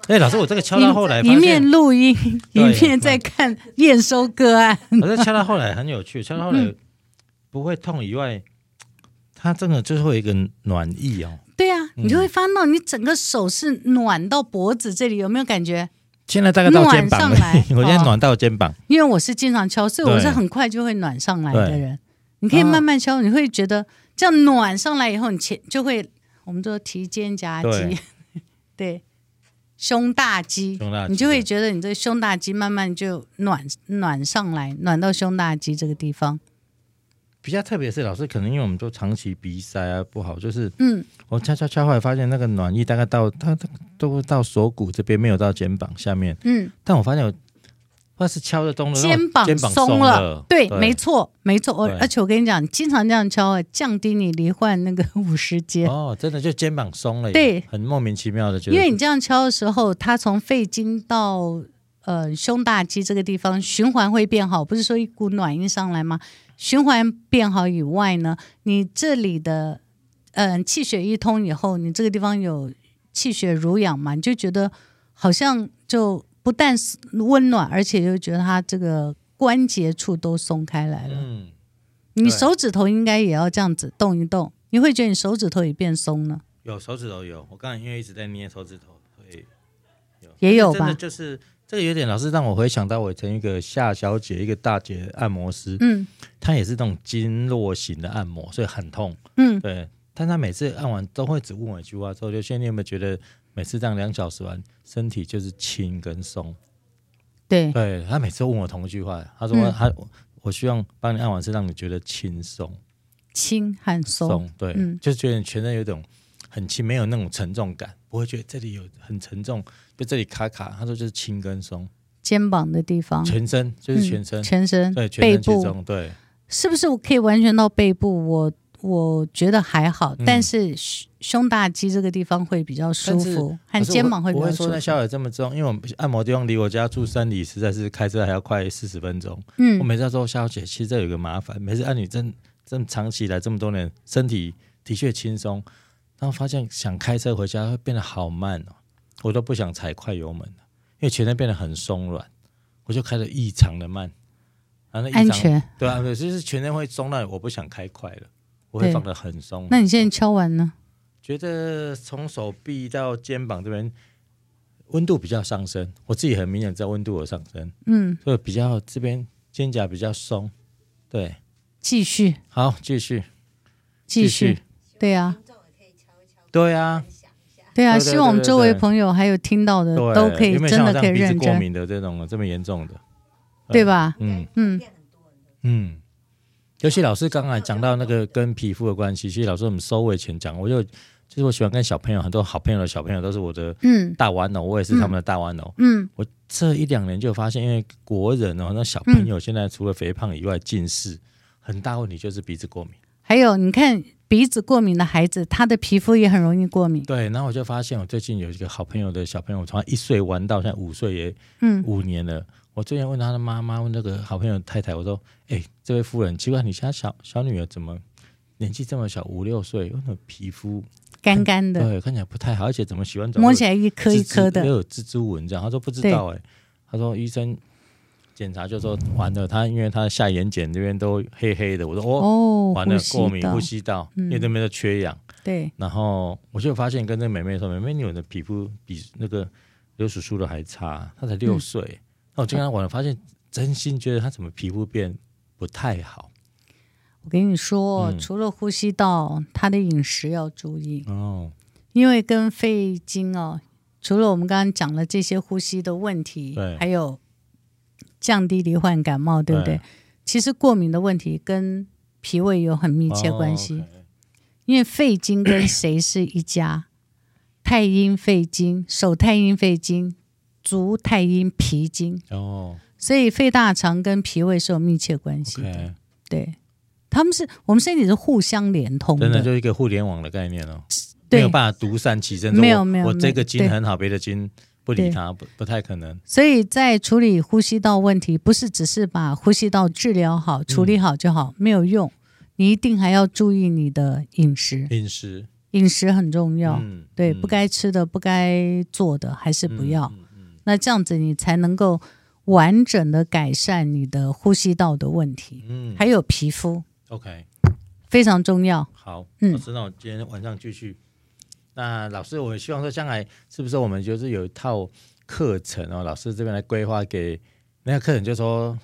Speaker 2: 哎，老师，我这个敲到后来
Speaker 1: 一
Speaker 2: 发
Speaker 1: 一
Speaker 2: 现
Speaker 1: 面录音，一
Speaker 2: 对嗯
Speaker 1: 面在看验收个案。
Speaker 2: 可是敲到后来很有趣，敲到后
Speaker 1: 嗯
Speaker 2: 来不会痛以外，它真的就是会有一个暖意哦。
Speaker 1: 对啊，
Speaker 2: 嗯
Speaker 1: 你就会发现到你整个手是暖到脖子这里，有没有感觉？
Speaker 2: 现在大概到肩膀了
Speaker 1: 暖上来，
Speaker 2: 我现在
Speaker 1: 哦
Speaker 2: 暖到肩膀，
Speaker 1: 因为我是经常敲，所以
Speaker 2: 对
Speaker 1: 我是很快就会暖上来的
Speaker 2: 对
Speaker 1: 人。你可以
Speaker 2: 哦
Speaker 1: 慢慢敲，你会觉得这样暖上来以后，你前就会我们说提肩胛肌， 对，胸大肌，
Speaker 2: 胸大肌
Speaker 1: 你就会觉得你这胸大肌慢慢就暖暖上来，暖到胸大肌这个地方。
Speaker 2: 比较特别是老师，可能因为我们都长期鼻塞啊不好，就是
Speaker 1: 嗯，
Speaker 2: 我敲敲敲，后来发现那个暖意大概到它它都到锁骨这边，没有到肩膀下面。
Speaker 1: 嗯，
Speaker 2: 但我发现我那是敲的动了，让我
Speaker 1: 肩膀
Speaker 2: 肩膀
Speaker 1: 松
Speaker 2: 了，
Speaker 1: 对，没错，没错。我
Speaker 2: 对
Speaker 1: 而且我跟你讲，经常这样敲啊，降低你罹患那个 五十肩。
Speaker 2: 哦，真的就肩膀松了，
Speaker 1: 对
Speaker 2: 很莫名其妙的觉得，
Speaker 1: 因为你这样敲的时候，它从肺经到呃胸大肌这个地方循环会变好，不是说一股暖意上来吗？循环变好以外呢，你这里的嗯、呃气血一通以后，你这个地方有气血濡养嘛，你就觉得好像就不但是温暖，而且就觉得它这个关节处都松开来了。
Speaker 2: 嗯，
Speaker 1: 你
Speaker 2: 对
Speaker 1: 手指头应该也要这样子动一动，你会觉得你手指头也变松了，
Speaker 2: 有手指头有，我刚才因为一直在捏手指头，所以
Speaker 1: 也有
Speaker 2: 真的
Speaker 1: 吧？
Speaker 2: 就是这个有点老是让我回想到我曾一个夏小姐，一个大姐按摩师，
Speaker 1: 嗯
Speaker 2: 她也是那种经络型的按摩，所以很痛。
Speaker 1: 嗯，
Speaker 2: 对，但她每次按完都会只问我一句话，说：“刘轩，你有没有觉得每次这样两小时完，身体就是轻跟松
Speaker 1: 对？”，
Speaker 2: 对，她每次问我同一句话，她说
Speaker 1: 嗯
Speaker 2: 她：“我希望帮你按完是让你觉得轻松
Speaker 1: 轻和松。
Speaker 2: 松，对，
Speaker 1: 嗯
Speaker 2: 就是觉得你全身有一种。”很轻，没有那种沉重感，不会觉得这里有很沉重，就这里卡卡。他说就是轻跟松，
Speaker 1: 肩膀的地方，
Speaker 2: 全身就是全身，
Speaker 1: 嗯全身，
Speaker 2: 对，全
Speaker 1: 背
Speaker 2: 身其
Speaker 1: 部
Speaker 2: 中，对，
Speaker 1: 是不是我可以完全到背部？我我觉得还好，
Speaker 2: 嗯
Speaker 1: 但是胸胸大肌这个地方会比较舒服，和
Speaker 2: 可是我
Speaker 1: 肩膀会比
Speaker 2: 不
Speaker 1: 较
Speaker 2: 会
Speaker 1: 舒
Speaker 2: 说那
Speaker 1: 服。
Speaker 2: 小腿这么重，因为我们按摩地方离我家住三里，实在是开车还要快四十分钟。我
Speaker 1: 嗯，
Speaker 2: 每次都说小姐，其实这有个麻烦，每次按你真真长期以来这么多年，身体的确轻松，然后发现想开车回家会变得好慢哦，我都不想踩快油门了因为全身变得很松软，我就开得异常的慢，然后那异
Speaker 1: 安
Speaker 2: 常
Speaker 1: 全。
Speaker 2: 对啊，就是全身会松到我不想开快了，我
Speaker 1: 对
Speaker 2: 会放得很松。
Speaker 1: 那你现在敲完呢？
Speaker 2: 觉得从手臂到肩膀这边温度比较上升，我自己很明显知道温度有上升，
Speaker 1: 嗯，
Speaker 2: 所以比较这边肩胛比较松。对，
Speaker 1: 继续，
Speaker 2: 好，继续，
Speaker 1: 继续，，对啊，
Speaker 2: 对啊，
Speaker 1: 对啊，
Speaker 2: 对对
Speaker 1: 希望我们
Speaker 2: 对对
Speaker 1: 周围
Speaker 2: 对
Speaker 1: 朋友还有听到的
Speaker 2: 对，
Speaker 1: 呃都可以
Speaker 2: 因为
Speaker 1: 真
Speaker 2: 像我
Speaker 1: 的
Speaker 2: 这
Speaker 1: 可以
Speaker 2: 样鼻
Speaker 1: 认
Speaker 2: 子过
Speaker 1: 真，
Speaker 2: 敏的这种这么严重的，
Speaker 1: 对吧？
Speaker 2: 嗯
Speaker 1: 嗯，
Speaker 2: 嗯。尤其老师刚才讲到那个跟皮肤的关系，其实老师我们收尾前讲，我就就是我喜欢跟小朋友，很多好朋友的小朋友都是我的
Speaker 1: 嗯
Speaker 2: 大玩偶，我也是他们的大玩偶。
Speaker 1: 嗯，
Speaker 2: 我这一两年就有发现，因为国人哦，那小朋友现在除了肥胖以外，近视、很大问题就是鼻子过敏。
Speaker 1: 还有你看鼻子过敏的孩子，他的皮肤也很容易过敏。
Speaker 2: 对，然后我就发现，我最近有一个好朋友的小朋友，从他一岁玩到现在五岁也
Speaker 1: 嗯
Speaker 2: 五年了。我最近问他的妈妈，问那个好朋友太太，我说：“哎、这位夫人，奇怪，你家小小女儿怎么年纪这么小，五六岁，为什么皮肤
Speaker 1: 干干的，
Speaker 2: 对看起来不太好，而且怎么喜欢
Speaker 1: 摸起来一颗一
Speaker 2: 蜘蛛
Speaker 1: 颗的
Speaker 2: 又。有蜘蛛蚊这样。他说不知道哎、他说医生检查就说完了，他因为他下眼睑这边都黑黑的。我说哦，
Speaker 1: 哦，
Speaker 2: 完了
Speaker 1: 呼，吸
Speaker 2: 过敏
Speaker 1: 道嗯
Speaker 2: 呼吸道，因为那边都缺氧。
Speaker 1: 对，
Speaker 2: 然后我就发现跟那妹妹说，妹妹你有的
Speaker 1: 嗯
Speaker 2: 皮肤比那个刘叔叔的还差，她才六岁。那我就跟她玩了，发现真心觉得他怎么皮肤变不太好
Speaker 1: 我跟你说，
Speaker 2: 嗯
Speaker 1: 除了呼吸道，他的饮食要注意，
Speaker 2: 哦，
Speaker 1: 因为跟肺经哦，除了我们刚刚讲了这些呼吸的问题
Speaker 2: 对，
Speaker 1: 还有降低罹患感冒，对不对？
Speaker 2: 对
Speaker 1: 其实过敏的问题跟脾胃有很密切关系，
Speaker 2: 哦，OK
Speaker 1: 因为肺经跟谁是一家？ 太阴肺经、手太阴肺经、足太阴脾经，
Speaker 2: 哦
Speaker 1: 所以肺大肠跟脾胃是有密切关系的。
Speaker 2: ，OK，
Speaker 1: 对，他们是我们身体是互相连通
Speaker 2: 真的
Speaker 1: 的，
Speaker 2: 就是一个互联网的概念哦，没
Speaker 1: 对
Speaker 2: 有，办法独善其身，说
Speaker 1: 没有
Speaker 2: 我
Speaker 1: 没有
Speaker 2: 我
Speaker 1: 没
Speaker 2: 这
Speaker 1: 有
Speaker 2: 个筋
Speaker 1: 对
Speaker 2: 很好，别的筋不理
Speaker 1: 对
Speaker 2: 它，不不太可能，
Speaker 1: 所以在处理呼吸道问题，不是只是把呼吸道治疗好、处理好就
Speaker 2: 嗯
Speaker 1: 好，没有用。你一定还要注意你的饮食，
Speaker 2: 饮食
Speaker 1: 饮食很重要。
Speaker 2: 嗯，
Speaker 1: 对，
Speaker 2: 嗯
Speaker 1: 不该吃的、不该做的还是不要。
Speaker 2: 嗯嗯
Speaker 1: 那这样子你才能够完整的改善你的呼吸道的问题，
Speaker 2: 嗯
Speaker 1: 还有皮肤
Speaker 2: OK，
Speaker 1: 非常重要。
Speaker 2: 好，
Speaker 1: 嗯
Speaker 2: 老师，那我今天晚上继续。那老师，我希望说，将来是不是我们就是有一套课程哦？老师这边来规划给那个课程，就说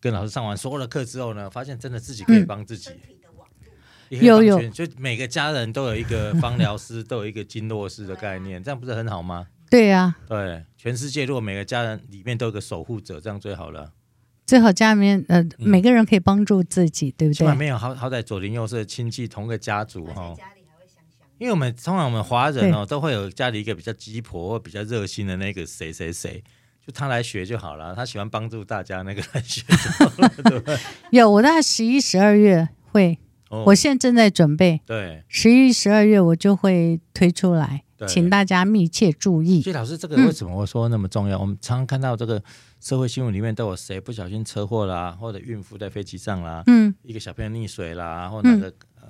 Speaker 2: 跟老师上完所有的课之后呢，发现真的自己可以帮自己，
Speaker 1: 嗯
Speaker 2: 也可以
Speaker 1: 有
Speaker 2: 帮
Speaker 1: 有
Speaker 2: 全就每个家人都有一个芳疗师， 都有一个经络师的概念，这样不是很好吗？
Speaker 1: 对啊，
Speaker 2: 对，全世界如果每个家人里面都有个守护者，这样最好了。
Speaker 1: 最好家里面呃、每个人可以帮助自己，对不
Speaker 2: 起码
Speaker 1: 对？
Speaker 2: 没有好好歹左邻右舍亲戚同个家族
Speaker 3: 在
Speaker 2: 哈、
Speaker 3: 家里还会想想
Speaker 2: 因为我们通常我们华人哦，都会有家里一个比较鸡婆或比较热心的那个谁谁谁，就他来学就好了。他喜欢帮助大家，那个 来学就好了，对不对？
Speaker 1: 有，我大概十一、十二月会，
Speaker 2: 哦
Speaker 1: 我现在正在准备。
Speaker 2: 对，
Speaker 1: 十一、十二月我就会推出来
Speaker 2: 对，
Speaker 1: 请嗯大家密切注意
Speaker 2: 所。以老师，这个为什么我说那么重要？我们常常看到这个社会新闻里面都有谁不小心车祸啦，或者孕妇在飞机上啦，
Speaker 1: 嗯
Speaker 2: 一个小朋友溺水啦，或那个、呃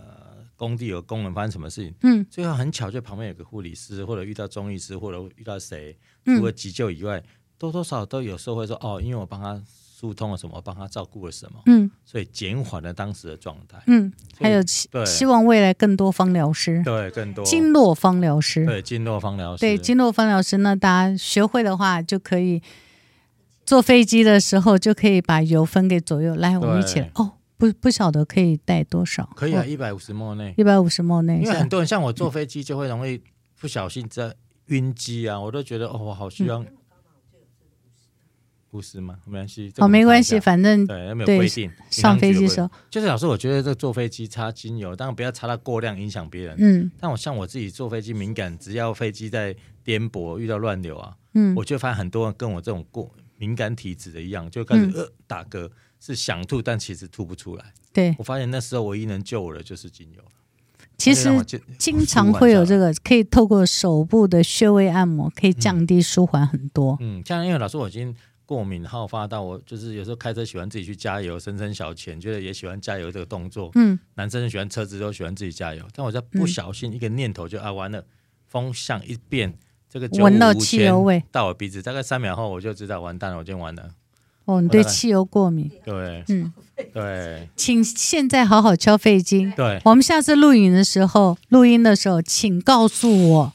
Speaker 2: 工地有工人发生什么事情，
Speaker 1: 嗯
Speaker 2: 最后很巧，就旁边有个护理师，或者遇到中医师，或者遇到谁，
Speaker 1: 嗯
Speaker 2: 除了急救以外，多多少少都有时候会说哦，因为我帮他疏通了什么，我帮他照顾了什么，
Speaker 1: 嗯
Speaker 2: 所以减缓了当时的状态。
Speaker 1: 嗯，还有希
Speaker 2: 对
Speaker 1: 希望未来更多芳疗师，
Speaker 2: 对，更多
Speaker 1: 经络芳疗师，
Speaker 2: 对经络方疗师，
Speaker 1: 对经络芳疗师，那大家学会的话就可以坐飞机的时候就可以把油分给左右，来我们一起来哦，不不晓得可以带多少，哦
Speaker 2: 可以啊，一百五十墨内，
Speaker 1: 一百五十 ml 那一
Speaker 2: 因为
Speaker 1: 下
Speaker 2: 很，多人像我坐飞机就会容易不小心在晕机啊，我都觉得哦，我好需要。
Speaker 1: 嗯
Speaker 2: 不是吗？没关系，这个
Speaker 1: 哦
Speaker 2: 我们
Speaker 1: 没
Speaker 2: 查一
Speaker 1: 关
Speaker 2: 下
Speaker 1: 系，反正
Speaker 2: 对，那没有
Speaker 1: 对
Speaker 2: 规定。
Speaker 1: 上飞机的时
Speaker 2: 候，
Speaker 1: 候，
Speaker 2: 就是老师，我觉得这个坐飞机擦精油，当然不要擦到过量，影响别人。
Speaker 1: 嗯
Speaker 2: 但我像我自己坐飞机敏感，只要飞机在颠簸、遇到乱流啊，
Speaker 1: 嗯
Speaker 2: 我就发现很多人跟我这种过敏感体质的一样，就开始、
Speaker 1: 嗯
Speaker 2: 呃打嗝，是想吐，但其实吐不出来。
Speaker 1: 对，
Speaker 2: 我发现那时候唯一能救我的就是精油。
Speaker 1: 其
Speaker 2: 它就让
Speaker 1: 实
Speaker 2: 我就
Speaker 1: 经常会有这，个，可以透过手部的穴位按摩，可以降低舒缓很多。
Speaker 2: 嗯，像因为老师我已经过敏好发到我，就是有时候开车喜欢自己去加油，深深小钱，觉得也喜欢加油这个动作。
Speaker 1: 嗯，
Speaker 2: 男生喜欢车子都喜欢自己加油，但我在不小心一个念头就、啊完了，风向一变，这个
Speaker 1: 嗯闻到
Speaker 2: 95
Speaker 1: 汽油
Speaker 2: 前
Speaker 1: 味
Speaker 2: 到我鼻子，大概三秒后我就知道完蛋了，我今天完了。
Speaker 1: 哦，你
Speaker 2: 我大概
Speaker 1: 对汽油过敏，
Speaker 2: 对
Speaker 1: 嗯，
Speaker 2: 对
Speaker 1: 请现在好好敲肺经。
Speaker 2: 对，
Speaker 1: 我们下次录影的时候，录音的时候，请告诉我，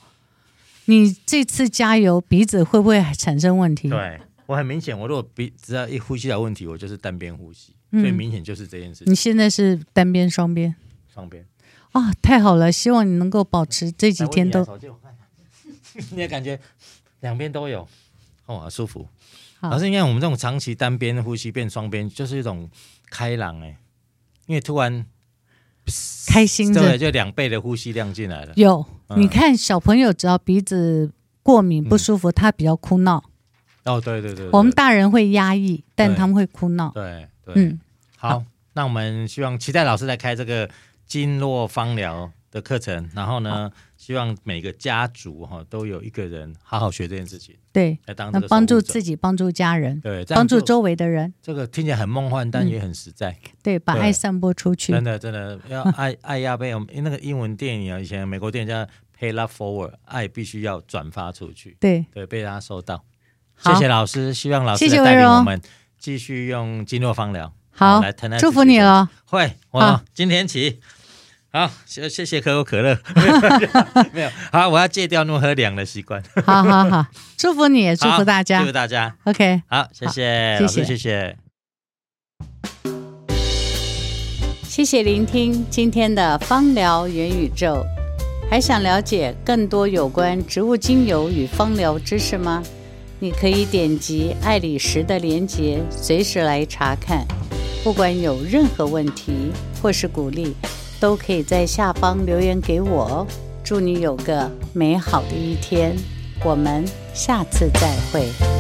Speaker 1: 你这次加油鼻子会不会产生问题？
Speaker 2: 对我很明显，我如果鼻只要一呼吸到问题，我就是单边呼吸，
Speaker 1: 嗯
Speaker 2: 最明显就是这件事情
Speaker 1: 你现在是单边双边
Speaker 2: 双边。
Speaker 1: 啊、太好了！希望你能够保持这几天
Speaker 2: 来
Speaker 1: 都
Speaker 2: 我啊一拿手机我看看 你也感觉两边都有，哦，好舒服。
Speaker 1: 好
Speaker 2: 老师，你看我们这种长期单边呼吸变双边，就是一种开朗哎、因为突然
Speaker 1: 开心
Speaker 2: 对，
Speaker 1: 着。
Speaker 2: 就两倍的呼吸量进来了。
Speaker 1: 有，
Speaker 2: 嗯
Speaker 1: 你看小朋友只要鼻子过敏不舒服，他比较哭闹。
Speaker 2: 哦，对对对对
Speaker 1: 我们大人会压抑，但
Speaker 2: 对
Speaker 1: 他们会哭闹。
Speaker 2: 对对，
Speaker 1: 嗯，
Speaker 2: 好，那我们希望期待老师来开这个经络芳疗的课程，然后呢，希望每个家族哈都有一个人好好学这件事情，
Speaker 1: 对，
Speaker 2: 来当这
Speaker 1: 那
Speaker 2: 个
Speaker 1: 帮助
Speaker 2: 己，
Speaker 1: 自己，帮助家人，
Speaker 2: 对，这样
Speaker 1: 帮助
Speaker 2: 就
Speaker 1: 周围的人，
Speaker 2: 这个听起来很梦幻，但
Speaker 1: 嗯
Speaker 2: 也很实在。
Speaker 1: 对，把
Speaker 2: 对
Speaker 1: 爱散播出去
Speaker 2: 真。的，真的要爱爱要被我们那个英文电影啊，以前美国电影叫《Pay Love Forward》，爱必须要转发出去，
Speaker 1: 对，
Speaker 2: 对，被大家收到。谢
Speaker 1: 好
Speaker 2: 谢老师，希望老师
Speaker 1: 谢谢
Speaker 2: 来带
Speaker 1: 薇
Speaker 2: 领
Speaker 1: 荣
Speaker 2: 我们继续用经络方疗，
Speaker 1: 好
Speaker 2: 来疼爱，
Speaker 1: 祝
Speaker 2: 自
Speaker 1: 福
Speaker 2: 己
Speaker 1: 你哦
Speaker 2: 的。
Speaker 1: 了。
Speaker 2: 会，
Speaker 1: 好
Speaker 2: 我今天起好，谢谢谢可口可 乐， 没有，好，我要戒掉那么喝凉的习惯。
Speaker 1: 好好 好，祝福你，也祝
Speaker 2: 好
Speaker 1: 福大
Speaker 2: 祝
Speaker 1: 家
Speaker 2: 福。大家。
Speaker 1: OK，
Speaker 2: 好，谢
Speaker 1: 好
Speaker 2: 谢，老师
Speaker 1: 谢谢
Speaker 2: 谢谢。
Speaker 1: 谢谢聆听今天的芳疗元宇宙。还想了解更多有关植物精油与芳疗知识吗？你可以点击爱理石的连结，随时来查看。不管有任何问题或是鼓励，都可以在下方留言给我哦。祝你有个美好的一天，我们下次再会。